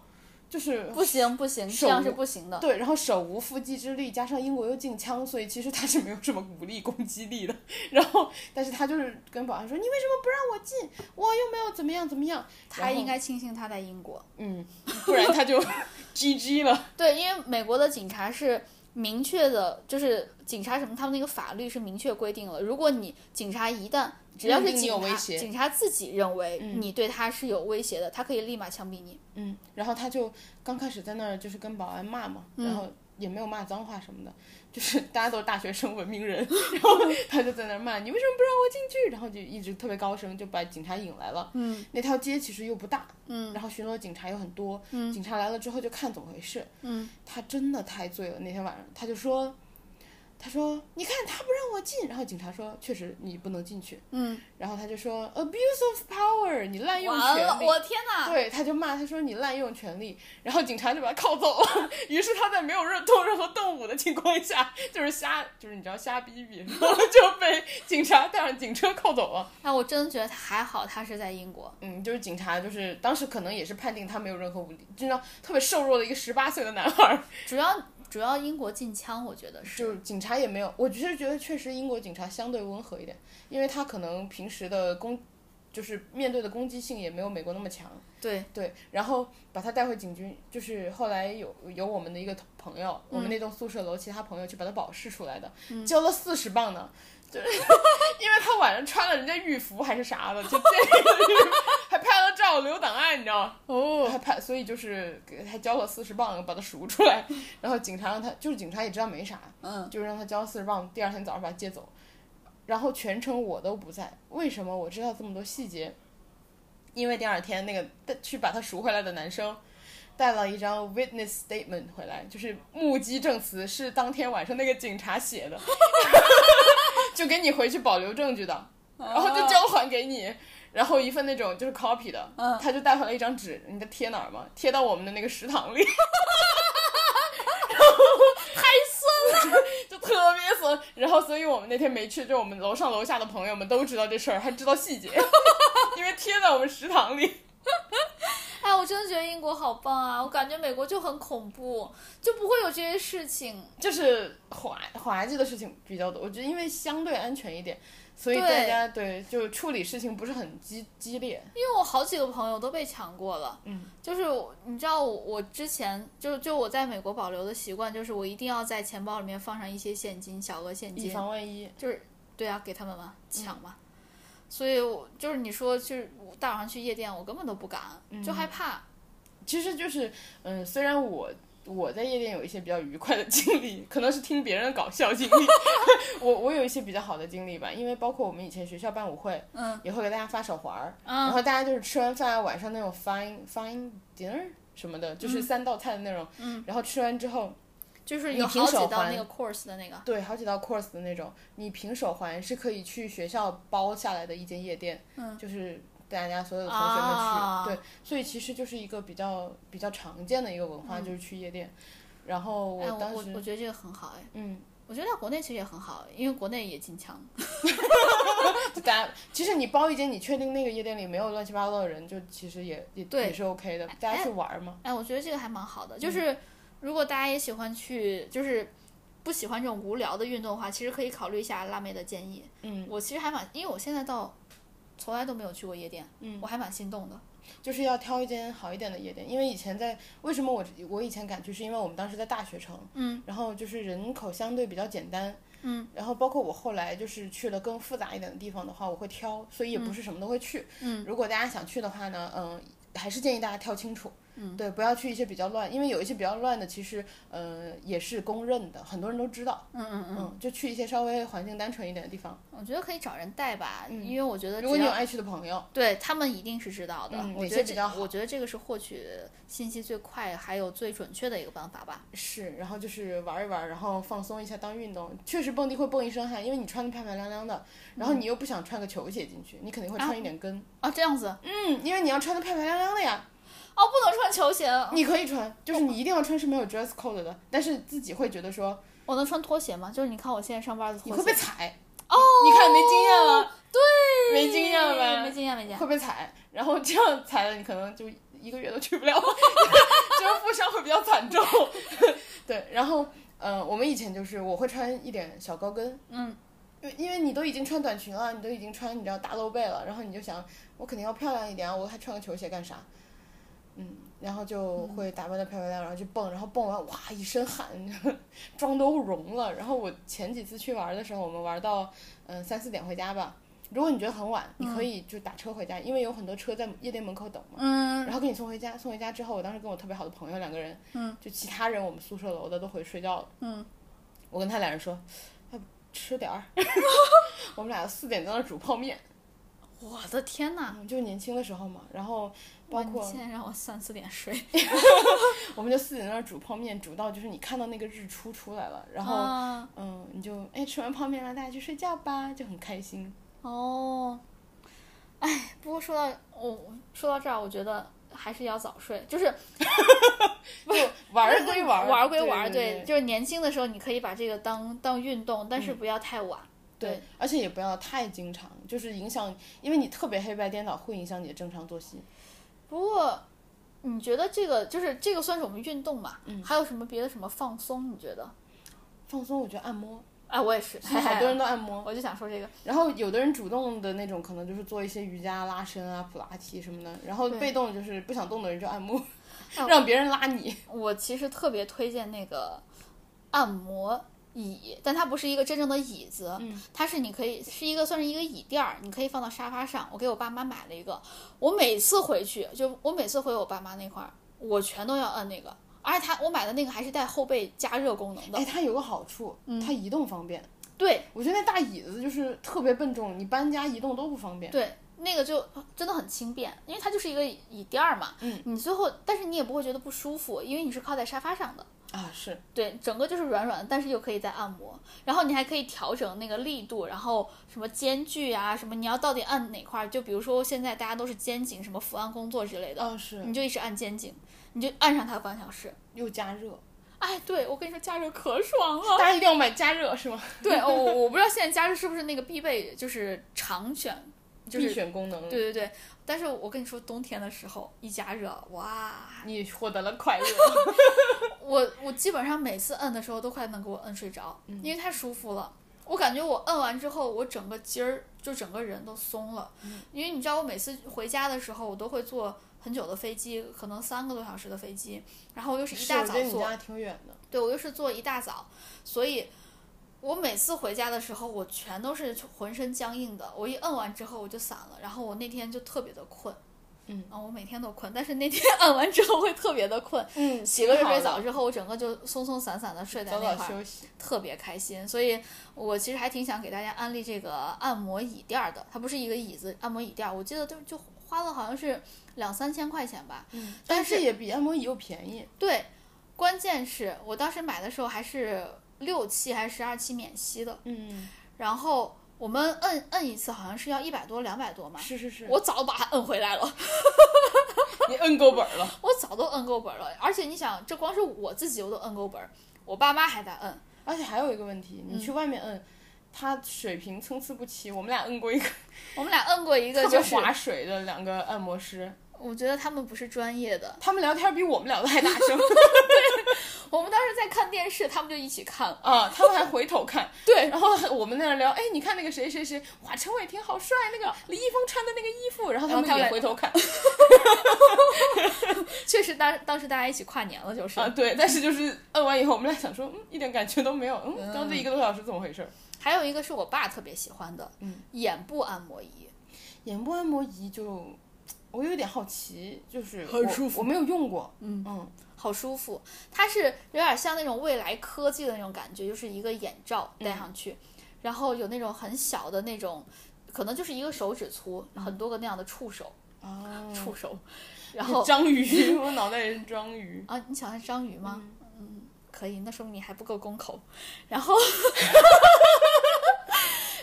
B: 就是
A: 不行不行，这
B: 手
A: 样是不行的。
B: 对，然后手无缚鸡之力，加上英国又禁枪，所以其实他是没有什么武力攻击力的。然后，但是他就是跟保安说：“你为什么不让我进？我又没有怎么样怎么样。”
A: 他应该庆幸他在英国。
B: 嗯，不然他就 GG 了。
A: 对，因为美国的警察是明确的，就是警察什么，他们那个法律是明确规定了，如果你警察一旦只要
B: 认
A: 是
B: 嗯定你
A: 警
B: 有
A: 察，
B: 威胁
A: 警察自己认为你对他是有威胁的，他可以立马枪毙你。
B: 嗯，然后他就刚开始在那儿就是跟保安骂嘛，然后也没有骂脏话什么的，就是 大家都是大学生文明人，然 后他就在那儿骂你为什么不让我进去，然后就一直特别高声就把警察引来了。嗯，那条街其实又不大，嗯，然后巡逻警察又很多，嗯，警察来了之后就看怎么回事，嗯，他真的太醉了，那天晚上他就说。他说：“你看，他不让我进。”然后警察说：“确实，你不能进去。”嗯，然后他就说：“abuse of power，你滥用
A: 完
B: 权
A: 了，
B: 力。”
A: 我天 哪！
B: 对，他就骂他说你滥用权力，然后警察就把他铐走了。 于是他在没有任动任何动武的情况下，就是瞎，就是你知道瞎逼逼，然后就被警察带上警车铐走了。
A: 哎，我真的觉得他还好，他是在英国。
B: 嗯，就是警察，就是当时可能也是判定他没有任何武力，真的特别瘦弱的一个十八岁的男孩儿，
A: 主要主要英国禁枪，我觉得。
B: 就是是警察也没有。我只是觉得确实英国警察相对温和一点，因为他可能平时的攻，就是面对的攻击性也没有美国那么强。
A: 对，
B: 对，然后把他带回警局，就是后来有有我们的一个朋友，我
A: 嗯
B: 们那栋宿舍楼其他朋友去把他保释出来的，交了四十磅呢，就是 因为他晚上穿了人家浴服还是啥的，就这个 还拍了照留档案，你知道吗？
A: 哦，
B: 还拍，所以就是给还交了四十磅把他赎出来，然后警察让他就是警察也知道没啥，
A: 嗯，
B: 就是让他交四十磅，第二天早上把他接走。然后全程我都不在，为什么我知道这么多细节？因为第二天那个带去把他赎回来的男生，带了一张 witness statement 回来，就是目击证词， 是当天晚上那个警察写的，就给你回去保留证据的。然后就交还给你，然后一份那种就是 copy 的，他就带回来一张纸，你在贴哪儿吗？贴到我们的那个食堂里，
A: 太酸了。
B: 就特别损。然后所以我们那天没去，就我们楼上楼下的朋友们都知道这事儿，还知道细节，因为贴在我们食堂里。
A: 哎，我真的觉得英国好棒啊！我感觉美国就很恐怖，就不会有这些事情。
B: 就是滑滑稽的事情比较多，我觉得因为相对安全一点，所以
A: 对
B: 大家对就处理事情不是很激激烈。
A: 因为我好几个朋友都被抢过了，
B: 嗯，
A: 就是我你知道我我之前就就我在美国保留的习惯，就是我一定要在钱包里面放上一些现金，小额现
B: 以
A: 金，
B: 防万嗯一，
A: 就是对啊，给他们嘛，抢嘛。所以我就是你说就是我大晚上去夜店，我根本都不敢，
B: 嗯
A: 就害怕。
B: 其实就是嗯，虽然我。我在夜店有一些比较愉快的经历，可能是听别人的搞笑经历。 我我有一些比较好的经历吧，因为包括我们以前学校办舞会，
A: 嗯，
B: 也会给大家发手环儿，然
A: 嗯
B: 后大家就是吃完饭啊，晚上那种 fine fine dinner 什么的，就是三道菜的那种，
A: 嗯
B: 然后吃完之后，
A: 就是
B: 你
A: 有
B: 凭
A: 好几
B: 手
A: 道
B: 环
A: 那个 course 的那个，
B: 对，好几道 course 的那种，你凭手环是可以去学校包下来的一间夜店，
A: 嗯
B: 就是大家所有的同学们去，
A: 啊
B: 对，所以其实就是一个比较比较常见的一个文化，就是去夜店。然后
A: 嗯哎，我
B: 哦当
A: 我
B: 时，
A: 我觉得这个很好哎，
B: 嗯，
A: 我觉得在国内其实也很好，因为国内也禁枪。
B: 就大家其实你包一间，你确定那个夜店里没有乱七八糟的人，就其实也也
A: 对
B: 也是 OK 的，大家去玩儿嘛。
A: 哎，我觉得这个还蛮好
B: 嗯
A: 的，就是如果大家也喜欢去，就是不喜欢这种无聊的运动的话，其实可以考虑一下辣妹的建议。
B: 嗯，
A: 我其实还蛮，因为我现在到从来都没有去过夜店，嗯，我还蛮心动的。
B: 就是要挑一间好一点的夜店，因为以前在为什么我我以前敢去，是因为我们当时在大学城，
A: 嗯，
B: 然后就是人口相对比较简单，
A: 嗯，
B: 然后包括我后来就是去了更复杂一点的地方的话，我会挑，所以也不是什么都会去，
A: 嗯，
B: 如果大家想去的话呢，嗯、还是建议大家挑清楚，嗯，对，不要去一些比较乱，因为有一些比较乱的，其实呃也是公认的，很多人都知道，
A: 嗯嗯嗯，
B: 嗯，就去一些稍微环境单纯一点的地方，
A: 我觉得可以找人带吧，因为我觉得
B: 嗯如果
A: 呃只
B: 你有
A: 要
B: 爱去的朋友，
A: 对他们一定是知道的。
B: 嗯
A: 我觉
B: 哪些
A: 得
B: 比
A: 这
B: 较好
A: 我觉得这个是获取信息最快还有最准确的一个办法吧。
B: 是，然后就是玩一玩，然后放松一下当运动。确实蹦迪会蹦一身汗，因为你穿的漂漂亮亮的，然后你又不想穿个球鞋进去，你肯定会穿一点跟。
A: 嗯啊，这样子哦，
B: 嗯，因为你要穿的漂漂亮亮的呀。
A: 不能穿球鞋，
B: 你可以穿，
A: 哦
B: 就是你一定要穿是没有 dress code 的，但是自己会觉得说
A: 我能穿拖鞋吗？就是你看我现在上班的拖
B: 你
A: 鞋，
B: 会被踩，
A: 哦，
B: 你看没经验了，
A: 对，
B: 没经验吧
A: 没经验，没经验。
B: 会被踩，然后这样踩了你可能就一个月都去不了， 就是负伤会比较惨重。 对，然后呃，我们以前就是我会穿一点小高跟，
A: 嗯，
B: 因为因为你都已经穿短裙了，你都已经穿你知道大露背了，然后你就想我肯定要漂亮一点啊，我还穿个球鞋干啥？嗯，然后就会打扮的漂漂亮，然后去蹦，然后蹦完哇一身汗， 妆都融了。然后我前几次去玩的时候，我们玩到嗯三四点回家吧。如果你觉得很晚，你可以就打车回家，因为有很多车在夜店门口等嘛。
A: 嗯
B: 然后给你送回家，送回家之后，我当时跟我特别好的朋友两个人，
A: 嗯，
B: 就其他人我们宿舍楼的都回去睡觉了。
A: 嗯，
B: 我跟他俩人说，要不 吃点儿， 我们俩四点在那儿煮泡面，
A: 我的天呐，
B: 嗯，就是年轻的时候嘛。然后包
A: 啊哇，你
B: 括
A: 现在让我三四点睡，
B: 我们就四点在那儿煮泡面，煮到就是你看到那个日出出来了， 然后、
A: 啊、
B: 嗯，你就哎吃完泡面了，大家去睡觉吧，就很开 心。
A: 哦，哎，不过说到我、说到这儿，我觉得还是要早睡，就是
B: 玩儿归玩儿，
A: 玩儿归玩儿，
B: 对嗯对
A: 就是年轻的时候你可以把这个当当运动，但是不要太晚。
B: 对
A: 对，
B: 而且也不要太经常，就是影响，因为你特别黑白颠倒，会影响你的正常作息。
A: 不过你觉得这个就是这个算是我们运动嘛？
B: 嗯
A: 还有什么别的什么放松？你觉得？
B: 放松，我觉得按摩，
A: 哎，我也 是，
B: 现在好多人都按摩，
A: 我就想说这个，
B: 然后有的人主动的那种，可能就是做一些瑜伽、拉伸啊、普拉提什么的，然后
A: 对
B: 被动的就是不想动的人就按摩，
A: 哎我
B: 让别人拉你。
A: 我其实特别推荐那个按摩椅，但它不是一个真正的椅子，
B: 嗯
A: 它是你可以是一个算是一个椅垫儿，你可以放到沙发上。我给我爸妈买了一个，我每次回去就我每次回我爸妈那块儿，我全都要摁那个，而且它我买的那个还是带后背加热功能的。嗯
B: 哎，它有个好处，它移动方便。
A: 对
B: 我觉得那大椅子就是特别笨重，你搬家移动都不方便。
A: 对，那个就真的很轻便，因为它就是一个椅垫儿嘛，
B: 嗯
A: 你最后但是你也不会觉得不舒服，因为你是靠在沙发上的。
B: 啊，是
A: 对，整个就是软软的，但是又可以再按摩，然后你还可以调整那个力度，然后什么间距啊，什么你要到底按哪块儿，就比如说现在大家都是肩颈什么伏案工作之类的，
B: 啊是，
A: 你就一直按肩颈，你就按上它半小时。
B: 又加热，
A: 哎，对我跟你说加热可爽了。
B: 大家一定要买加热是吗？
A: 对，哦，我我不知道现在加热是不是那个必备，就是常选，就
B: 必
A: 是
B: 选功能，
A: 对对对。但是我跟你说，冬天的时候一加热，哇，
B: 你获得了 快乐。
A: 我我基本上每次摁的时候都快能给我摁睡着，
B: 嗯
A: 因为太舒服了。我感觉我摁完之后，我整个筋儿就整个人都松了。
B: 嗯
A: 因为你知道，我每次回家的时候，我都会坐很久的飞机，可能三个多小时的飞机，然后我又是一
B: 是，
A: 大
B: 我
A: 早
B: 觉得你
A: 坐，
B: 家挺远的，
A: 对我又是坐一大早，所以我每次回家的时候，我全都是浑身僵硬的。我一摁完之后我就散了，然后我那天就特别的困。
B: 嗯
A: 啊，我每天都困，但是那天 摁完之后会特别的困。
B: 嗯，
A: 洗个热水
B: 挺好
A: 澡之后，我整个就松松散散的睡
B: 的，
A: 在
B: 早
A: 那
B: 早
A: 块儿，
B: 休息。
A: 特别开心。所以我其实还挺想给大家安利这个按摩椅垫儿的，它不是一个椅子，按摩椅垫儿，我记得就就花了好像是两三千块钱吧。
B: 嗯，
A: 但
B: 但
A: 是
B: 是也比按摩椅又便宜。
A: 对，关键是我当时买的时候还是六期还是十二期免息的，
B: 嗯，
A: 然后我们摁摁一次好像是要一百多两百多嘛，
B: 嗯是是是，
A: 我早把它摁回来了，
B: 你摁够本儿了。
A: 我早都摁够本儿了，而且你想，这光是我自己我都摁够本儿，我爸妈还在摁，
B: 而且还有一个问题，
A: 嗯
B: 你去外面摁，它水平参差不齐。我们俩摁过一个
A: 我们俩摁过 一个
B: 特
A: 就
B: 别
A: 是，
B: 划水的两个按摩师，
A: 我觉得他们不是专业的，
B: 他们聊天比我们聊的还大 声
A: 我们当时在看电视，他们就一起看了，
B: 啊！他们还回头看，
A: 对，
B: 然后我们在那聊，哎，你看那个谁谁谁，哇，陈伟霆好帅，那个李易峰穿的那个衣服，然后他
A: 然后他
B: 们也
A: 们
B: 回头看
A: 确实当当时大家一起跨年了，就是、
B: 啊，对，但是就是摁完以后，我们俩想说，嗯，一点感觉都没有，嗯，
A: 嗯
B: 刚刚这一个多小时怎么回事？
A: 还有一个是我爸特别喜欢的，
B: 嗯
A: 眼部按摩椅，
B: 眼部按摩仪就，我有点好奇，就是
A: 很
B: 我
A: 舒服
B: 我没有用过，
A: 嗯
B: 嗯，
A: 好舒服，它是有点像那种未来科技的那种感觉，就是一个眼罩
B: 嗯
A: 戴上去，然后有那种很小的那种，可能就是一个手指粗，
B: 嗯
A: 很多个那样的触手，
B: 啊，
A: 触手，然后
B: 章 鱼，我脑袋里是章鱼，
A: 啊，你想看章鱼吗？嗯可以，那说明你还不够公口。然后，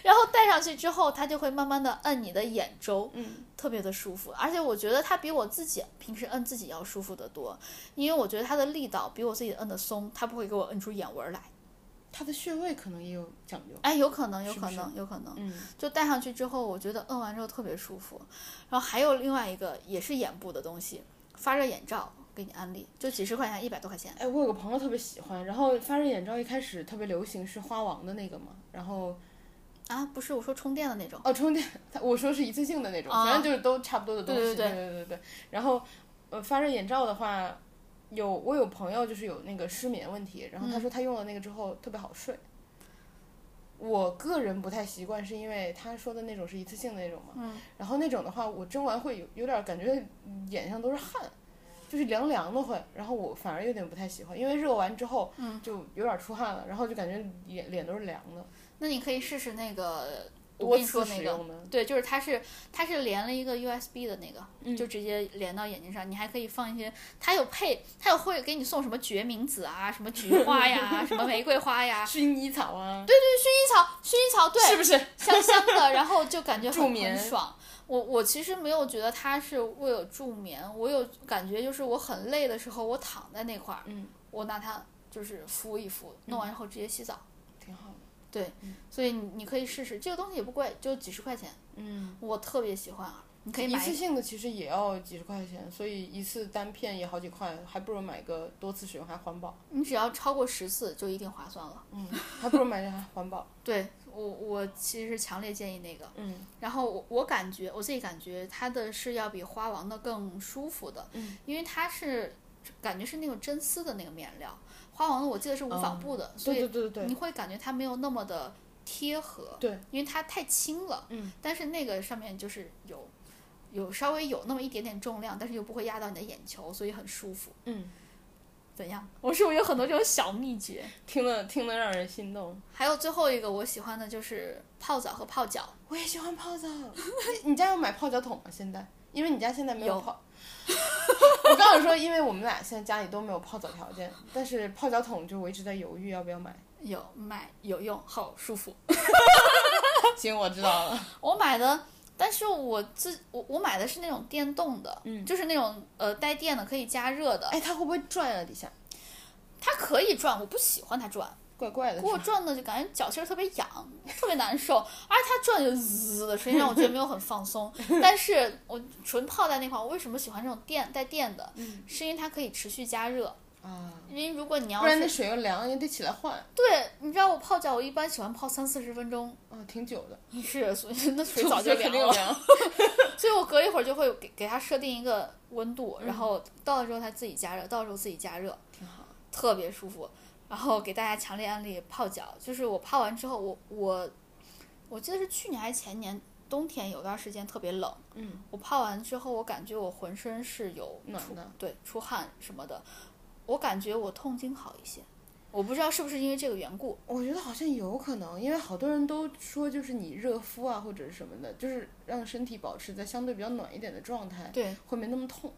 A: 然后戴上去之后，它就会慢慢的按你的眼周，
B: 嗯，
A: 特别的舒服，而且我觉得它比我自己平时摁自己要舒服得多，因为我觉得它的力道比我自己摁的松，它不会给我摁出眼纹儿来。
B: 它的穴位可能也有讲究，
A: 哎，有可能，有
B: 是
A: 可
B: 不是
A: 能，有可能。
B: 嗯，
A: 就戴上去之后，我觉得摁完之后特别舒服。然后还有另外一个也是眼部的东西，发热眼罩，给你安利，就几十块钱，一百多块钱。
B: 哎，我有个朋友特别喜欢，然后发热眼罩一开始特别流行是花王的那个嘛，然后
A: 啊，不是我说充电的那种，
B: 哦充电，它我说是一次性的那种，
A: 啊
B: 反正就是都差不多的东西，
A: 对对
B: 对对对对然后呃发热眼罩的话，有我有朋友就是有那个失眠问题，然
A: 嗯
B: 后他说他用了那个之后特别好睡。我个人不太习惯，是因为他说的那种是一次性的那种嘛，
A: 嗯
B: 然后那种的话，我蒸完会有有点感觉眼上都是汗，就是凉凉的会，然后我反而有点不太喜欢，因为热完之后
A: 嗯，
B: 就有点出汗了，然后就感觉脸脸都是凉的，
A: 那你可以试试那个，我
B: 多
A: 跟你说
B: 次
A: 那
B: 使
A: 个，
B: 用的，
A: 对，就是它是它是连了一个 USB 的那个，
B: 嗯
A: 就直接连到眼睛上。你还可以放一些，它有配，它有会给你送什么决明子啊，什么菊花呀，什么玫瑰花 呀，
B: 薰衣草啊，
A: 薰衣草，薰衣草，对，
B: 是不是？
A: 香香的，然后就感觉
B: 助
A: 很
B: 眠
A: 很爽。我我其实没有觉得它是为了助眠，我有感觉就是我很累的时候，我躺在那块儿，
B: 嗯，
A: 我拿它就是敷一敷，弄完以后直接洗澡。
B: 挺好的，
A: 所以你你可以试试，这个东西也不贵，就几十块钱，
B: 嗯，
A: 我特别喜欢啊。你可以
B: 一
A: 买
B: 次性的其实也要几十块钱，所以一次单片也好几块，还不如买个多次使用还环保，
A: 你只要超过十次就一定划算了。
B: 嗯，还不如买个还环保，
A: 对我，我其实强烈建议那个。
B: 嗯
A: 然后我我感觉我自己感觉它的是要比花王的更舒服的，
B: 嗯
A: 因为它是感觉是那种真丝的那个面料，花王的我记得是无纺布的，所
B: 对对
A: 以
B: 对对
A: 你
B: 对，
A: 会感觉它没有那么的贴合，
B: 对，
A: 因为它太轻了。
B: 嗯，
A: 但是那个上面就是有有稍微有那么一点点重量，但是又不会压到你的眼球，所以很舒服。
B: 嗯，
A: 怎样？我是不是有很多这种小秘诀？
B: 听了听了让人心动。
A: 还有最后一个我喜欢的就是泡澡和泡
B: 哦
A: 脚，
B: 我也喜欢泡澡。你你家有买泡脚桶吗？现在，因为你家现在没
A: 有
B: 泡。我刚想说，因为我们俩现在家里都没有泡澡条件，但是泡脚桶就我一直在犹豫要不要买。
A: 有买有用，好舒服。
B: 行，我知道了。
A: 我买的，但是我自我我买的是那种电动的，嗯，就是那种呃带电的可以加热的，
B: 哎，它会不会转啊？底下
A: 它可以转，我不喜欢它转，
B: 怪怪的
A: 给。我转的就感觉脚心儿特别痒，特别难受，而且它转就滋的声音让我觉得没有很放 松。但是我纯泡在那块儿，我为什么喜欢这种电带电的？
B: 嗯
A: 是因为它可以持续加热。
B: 啊，
A: 因为如果你要
B: 不然那
A: 是
B: 水又凉，也得起来换。
A: 对，你知道我泡脚，我一般喜欢泡三四十分钟，
B: 啊，挺久的，
A: 是，所以那水早就
B: 肯
A: 凉
B: 定
A: 了。
B: 凉。
A: 所以我隔一会儿就会给给它设定一个温度，然后到了之后它自己加热，到了时候自己加热，
B: 嗯挺好。
A: 特别舒服。然后给大家强烈安利泡脚，就是我泡完之后，我我我记得是去年还是前年冬天有段时间特别冷，
B: 嗯，
A: 我泡完之后我感觉我浑身是有
B: 暖
A: 出
B: 的，
A: 对出汗什么的，我感觉我痛经好一些，我不知道是不是因为这个缘故，
B: 我觉得好像有可能，因为好多人都说，就是你热敷啊或者什么的，就是让身体保持在相对比较暖一点的状态，
A: 对
B: 会没那么痛。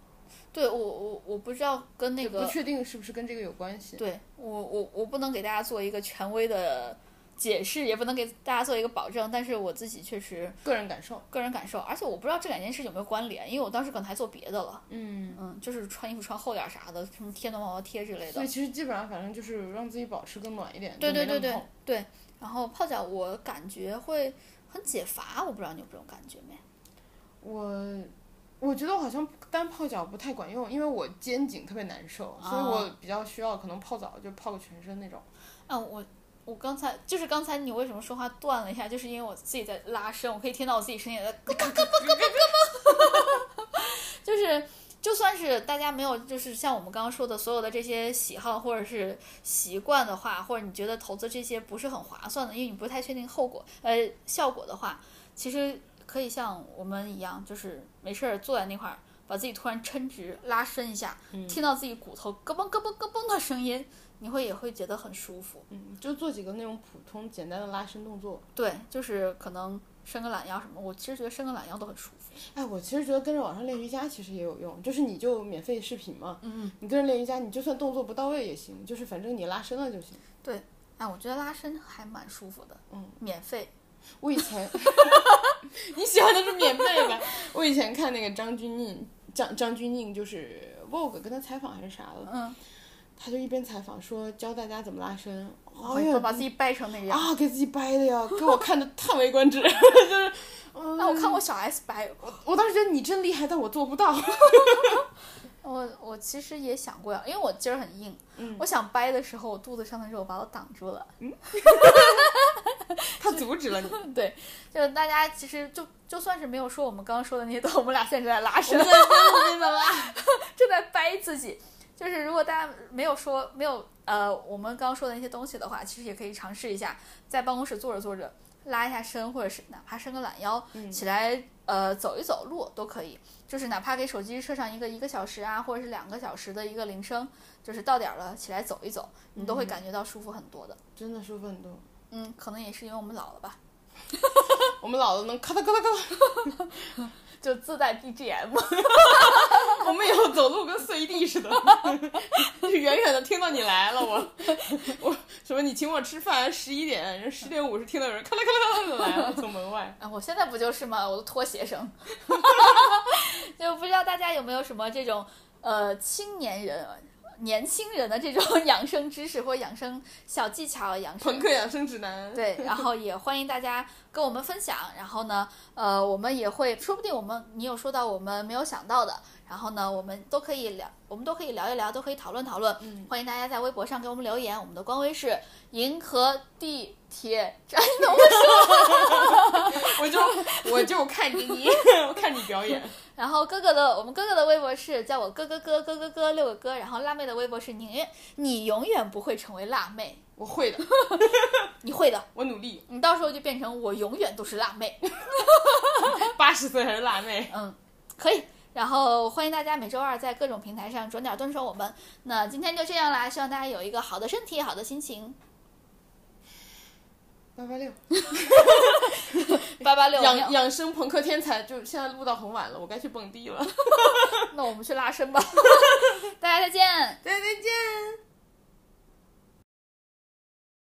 A: 对我我我不知道跟那
B: 就
A: 个
B: 不确定是不是跟这个有关系。
A: 对我，我我不能给大家做一个权威的解释，也不能给大家做一个保证，但是我自己确实
B: 个人感受，
A: 个人感受，而且我不知道这两件事有没有关联，因为我当时可能还做别的了，
B: 嗯，
A: 嗯，就是穿衣服穿厚点儿啥的，什么贴暖宝宝贴之类
B: 所
A: 的
B: 以。其实基本上反正就是让自己保持更暖一点，
A: 对
B: 就
A: 对
B: 没
A: 对
B: 那么
A: 对
B: 痛
A: 对，然后泡脚我感觉会很解乏，我不知道你有这种感觉没？
B: 我我觉得我好像单泡脚不太管用，因为我肩颈特别难受，所以
A: 哦
B: 我比较需要可能泡澡就泡个全身那种。
A: 啊，我我刚才就是刚才你为什么说话断了一下，就是因为我自己在拉伸，我可以听到我自己声音也在咯嘣咯嘣咯嘣咯嘣， 就是就算是大家没有就是像我们刚刚说的所有的这些喜好或者是习惯的话，或者你觉得投资这些不是很划算的，因为你不太确定后果呃效果的话，其实可以像我们一样，就是没事儿坐在那块儿。把自己突然抻直、拉伸一下，听到自己骨头咯嘣咯嘣咯嘣的声音，你会也会觉得很舒服。
B: 嗯，就做几个那种普通简单的拉伸动作。
A: 对，就是可能伸个懒腰什么，我其实觉得伸个懒腰都很舒服。
B: 哎，我其实觉得跟着网上练瑜伽其实也有用，就是你就免费视频嘛，
A: 嗯，
B: 你跟着练瑜伽，你就算动作不到位也行，就是反正你拉伸了就行。
A: 对，哎，我觉得拉伸还蛮舒服的，
B: 嗯，
A: 免费。
B: 我以前 你喜欢的是免费吧？我以前看那个张钧甯，张张钧甯就是 Vogue 跟他采访还是啥了，
A: 嗯，
B: 他就一边采访说教大家怎么拉伸，
A: 我
B: 哎
A: 也
B: 呀
A: 会把自己掰成那个样。
B: 啊，给自己掰的呀，给我看的叹为观止， 就是
A: 那我看过小 S 掰，
B: 我当时觉得你真厉害，但我做不 到。
A: 我我其实也想过，因为我筋儿很硬，
B: 嗯
A: 我想掰的时候，我肚子上的肉把我挡住了。
B: 他阻止了你，
A: 对，就是大家其实就就算是没有说我们刚刚说的那些， 但我们俩现在正在拉伸， 正在掰自己。就是如果大家没有说没有呃我们刚刚说的那些东西的话，其实也可以尝试一下，在办公室坐着坐着拉一下伸，或者是哪怕伸个懒腰，
B: 嗯
A: 起来呃走一走路都可以。就是哪怕给手机设上一个一个小时啊，或者是两个小时的一个铃声，就是到点儿了起来走一走，你都会感觉到舒服很多的。
B: 真的舒服很多。
A: 嗯，可能也是因为我们老了吧。
B: 我们老了能咔哒咔哒 咔
A: 就自带 BGM，
B: 哒，我们以后走路跟碎地似 的，就远远的听到你来了， 我我什么你请我吃饭，十一点人十点五十听到有人咔哒咔哒咔哒就来 了，从门外。
A: 啊，我现在不就是吗？我的拖鞋 声，就不知道大家有没有什么这种呃青年人、年轻人的这种养生知识或养生小技巧、养生
B: 朋克养生指 南，
A: 对，然后也欢迎大家跟我们分享。然后呢，呃，我们也会，说不定我们你有说到我们没有想到的，然后呢，我们都可以聊，我们都可以聊一聊，都可以讨论讨论。
B: 嗯
A: 欢迎大家在微博上给我们留言，我们的官微是银河地铁站。 你怎么会说？
B: 我 就我就看着你，我看你表演，
A: 然后哥哥的，我们哥哥的微博是叫我哥哥哥哥哥哥六个哥，然后辣妹的微博是宁愿你永远不会成为辣妹，
B: 我会的，
A: 你会的，
B: 我努力，
A: 你到时候就变成我永远都是辣 妹。
B: 八十岁还是辣妹。
A: 嗯，可以。然后欢迎大家每周二在各种平台上准点蹲守我们。那今天就这样啦，希望大家有一个好的身体，好的心情。
B: 八八六，
A: 八八六，
B: 养养生朋克天才，就现在录到很晚了，我该去蹦迪了。
A: 那我们去拉伸吧，大家再见。
B: 大家再见。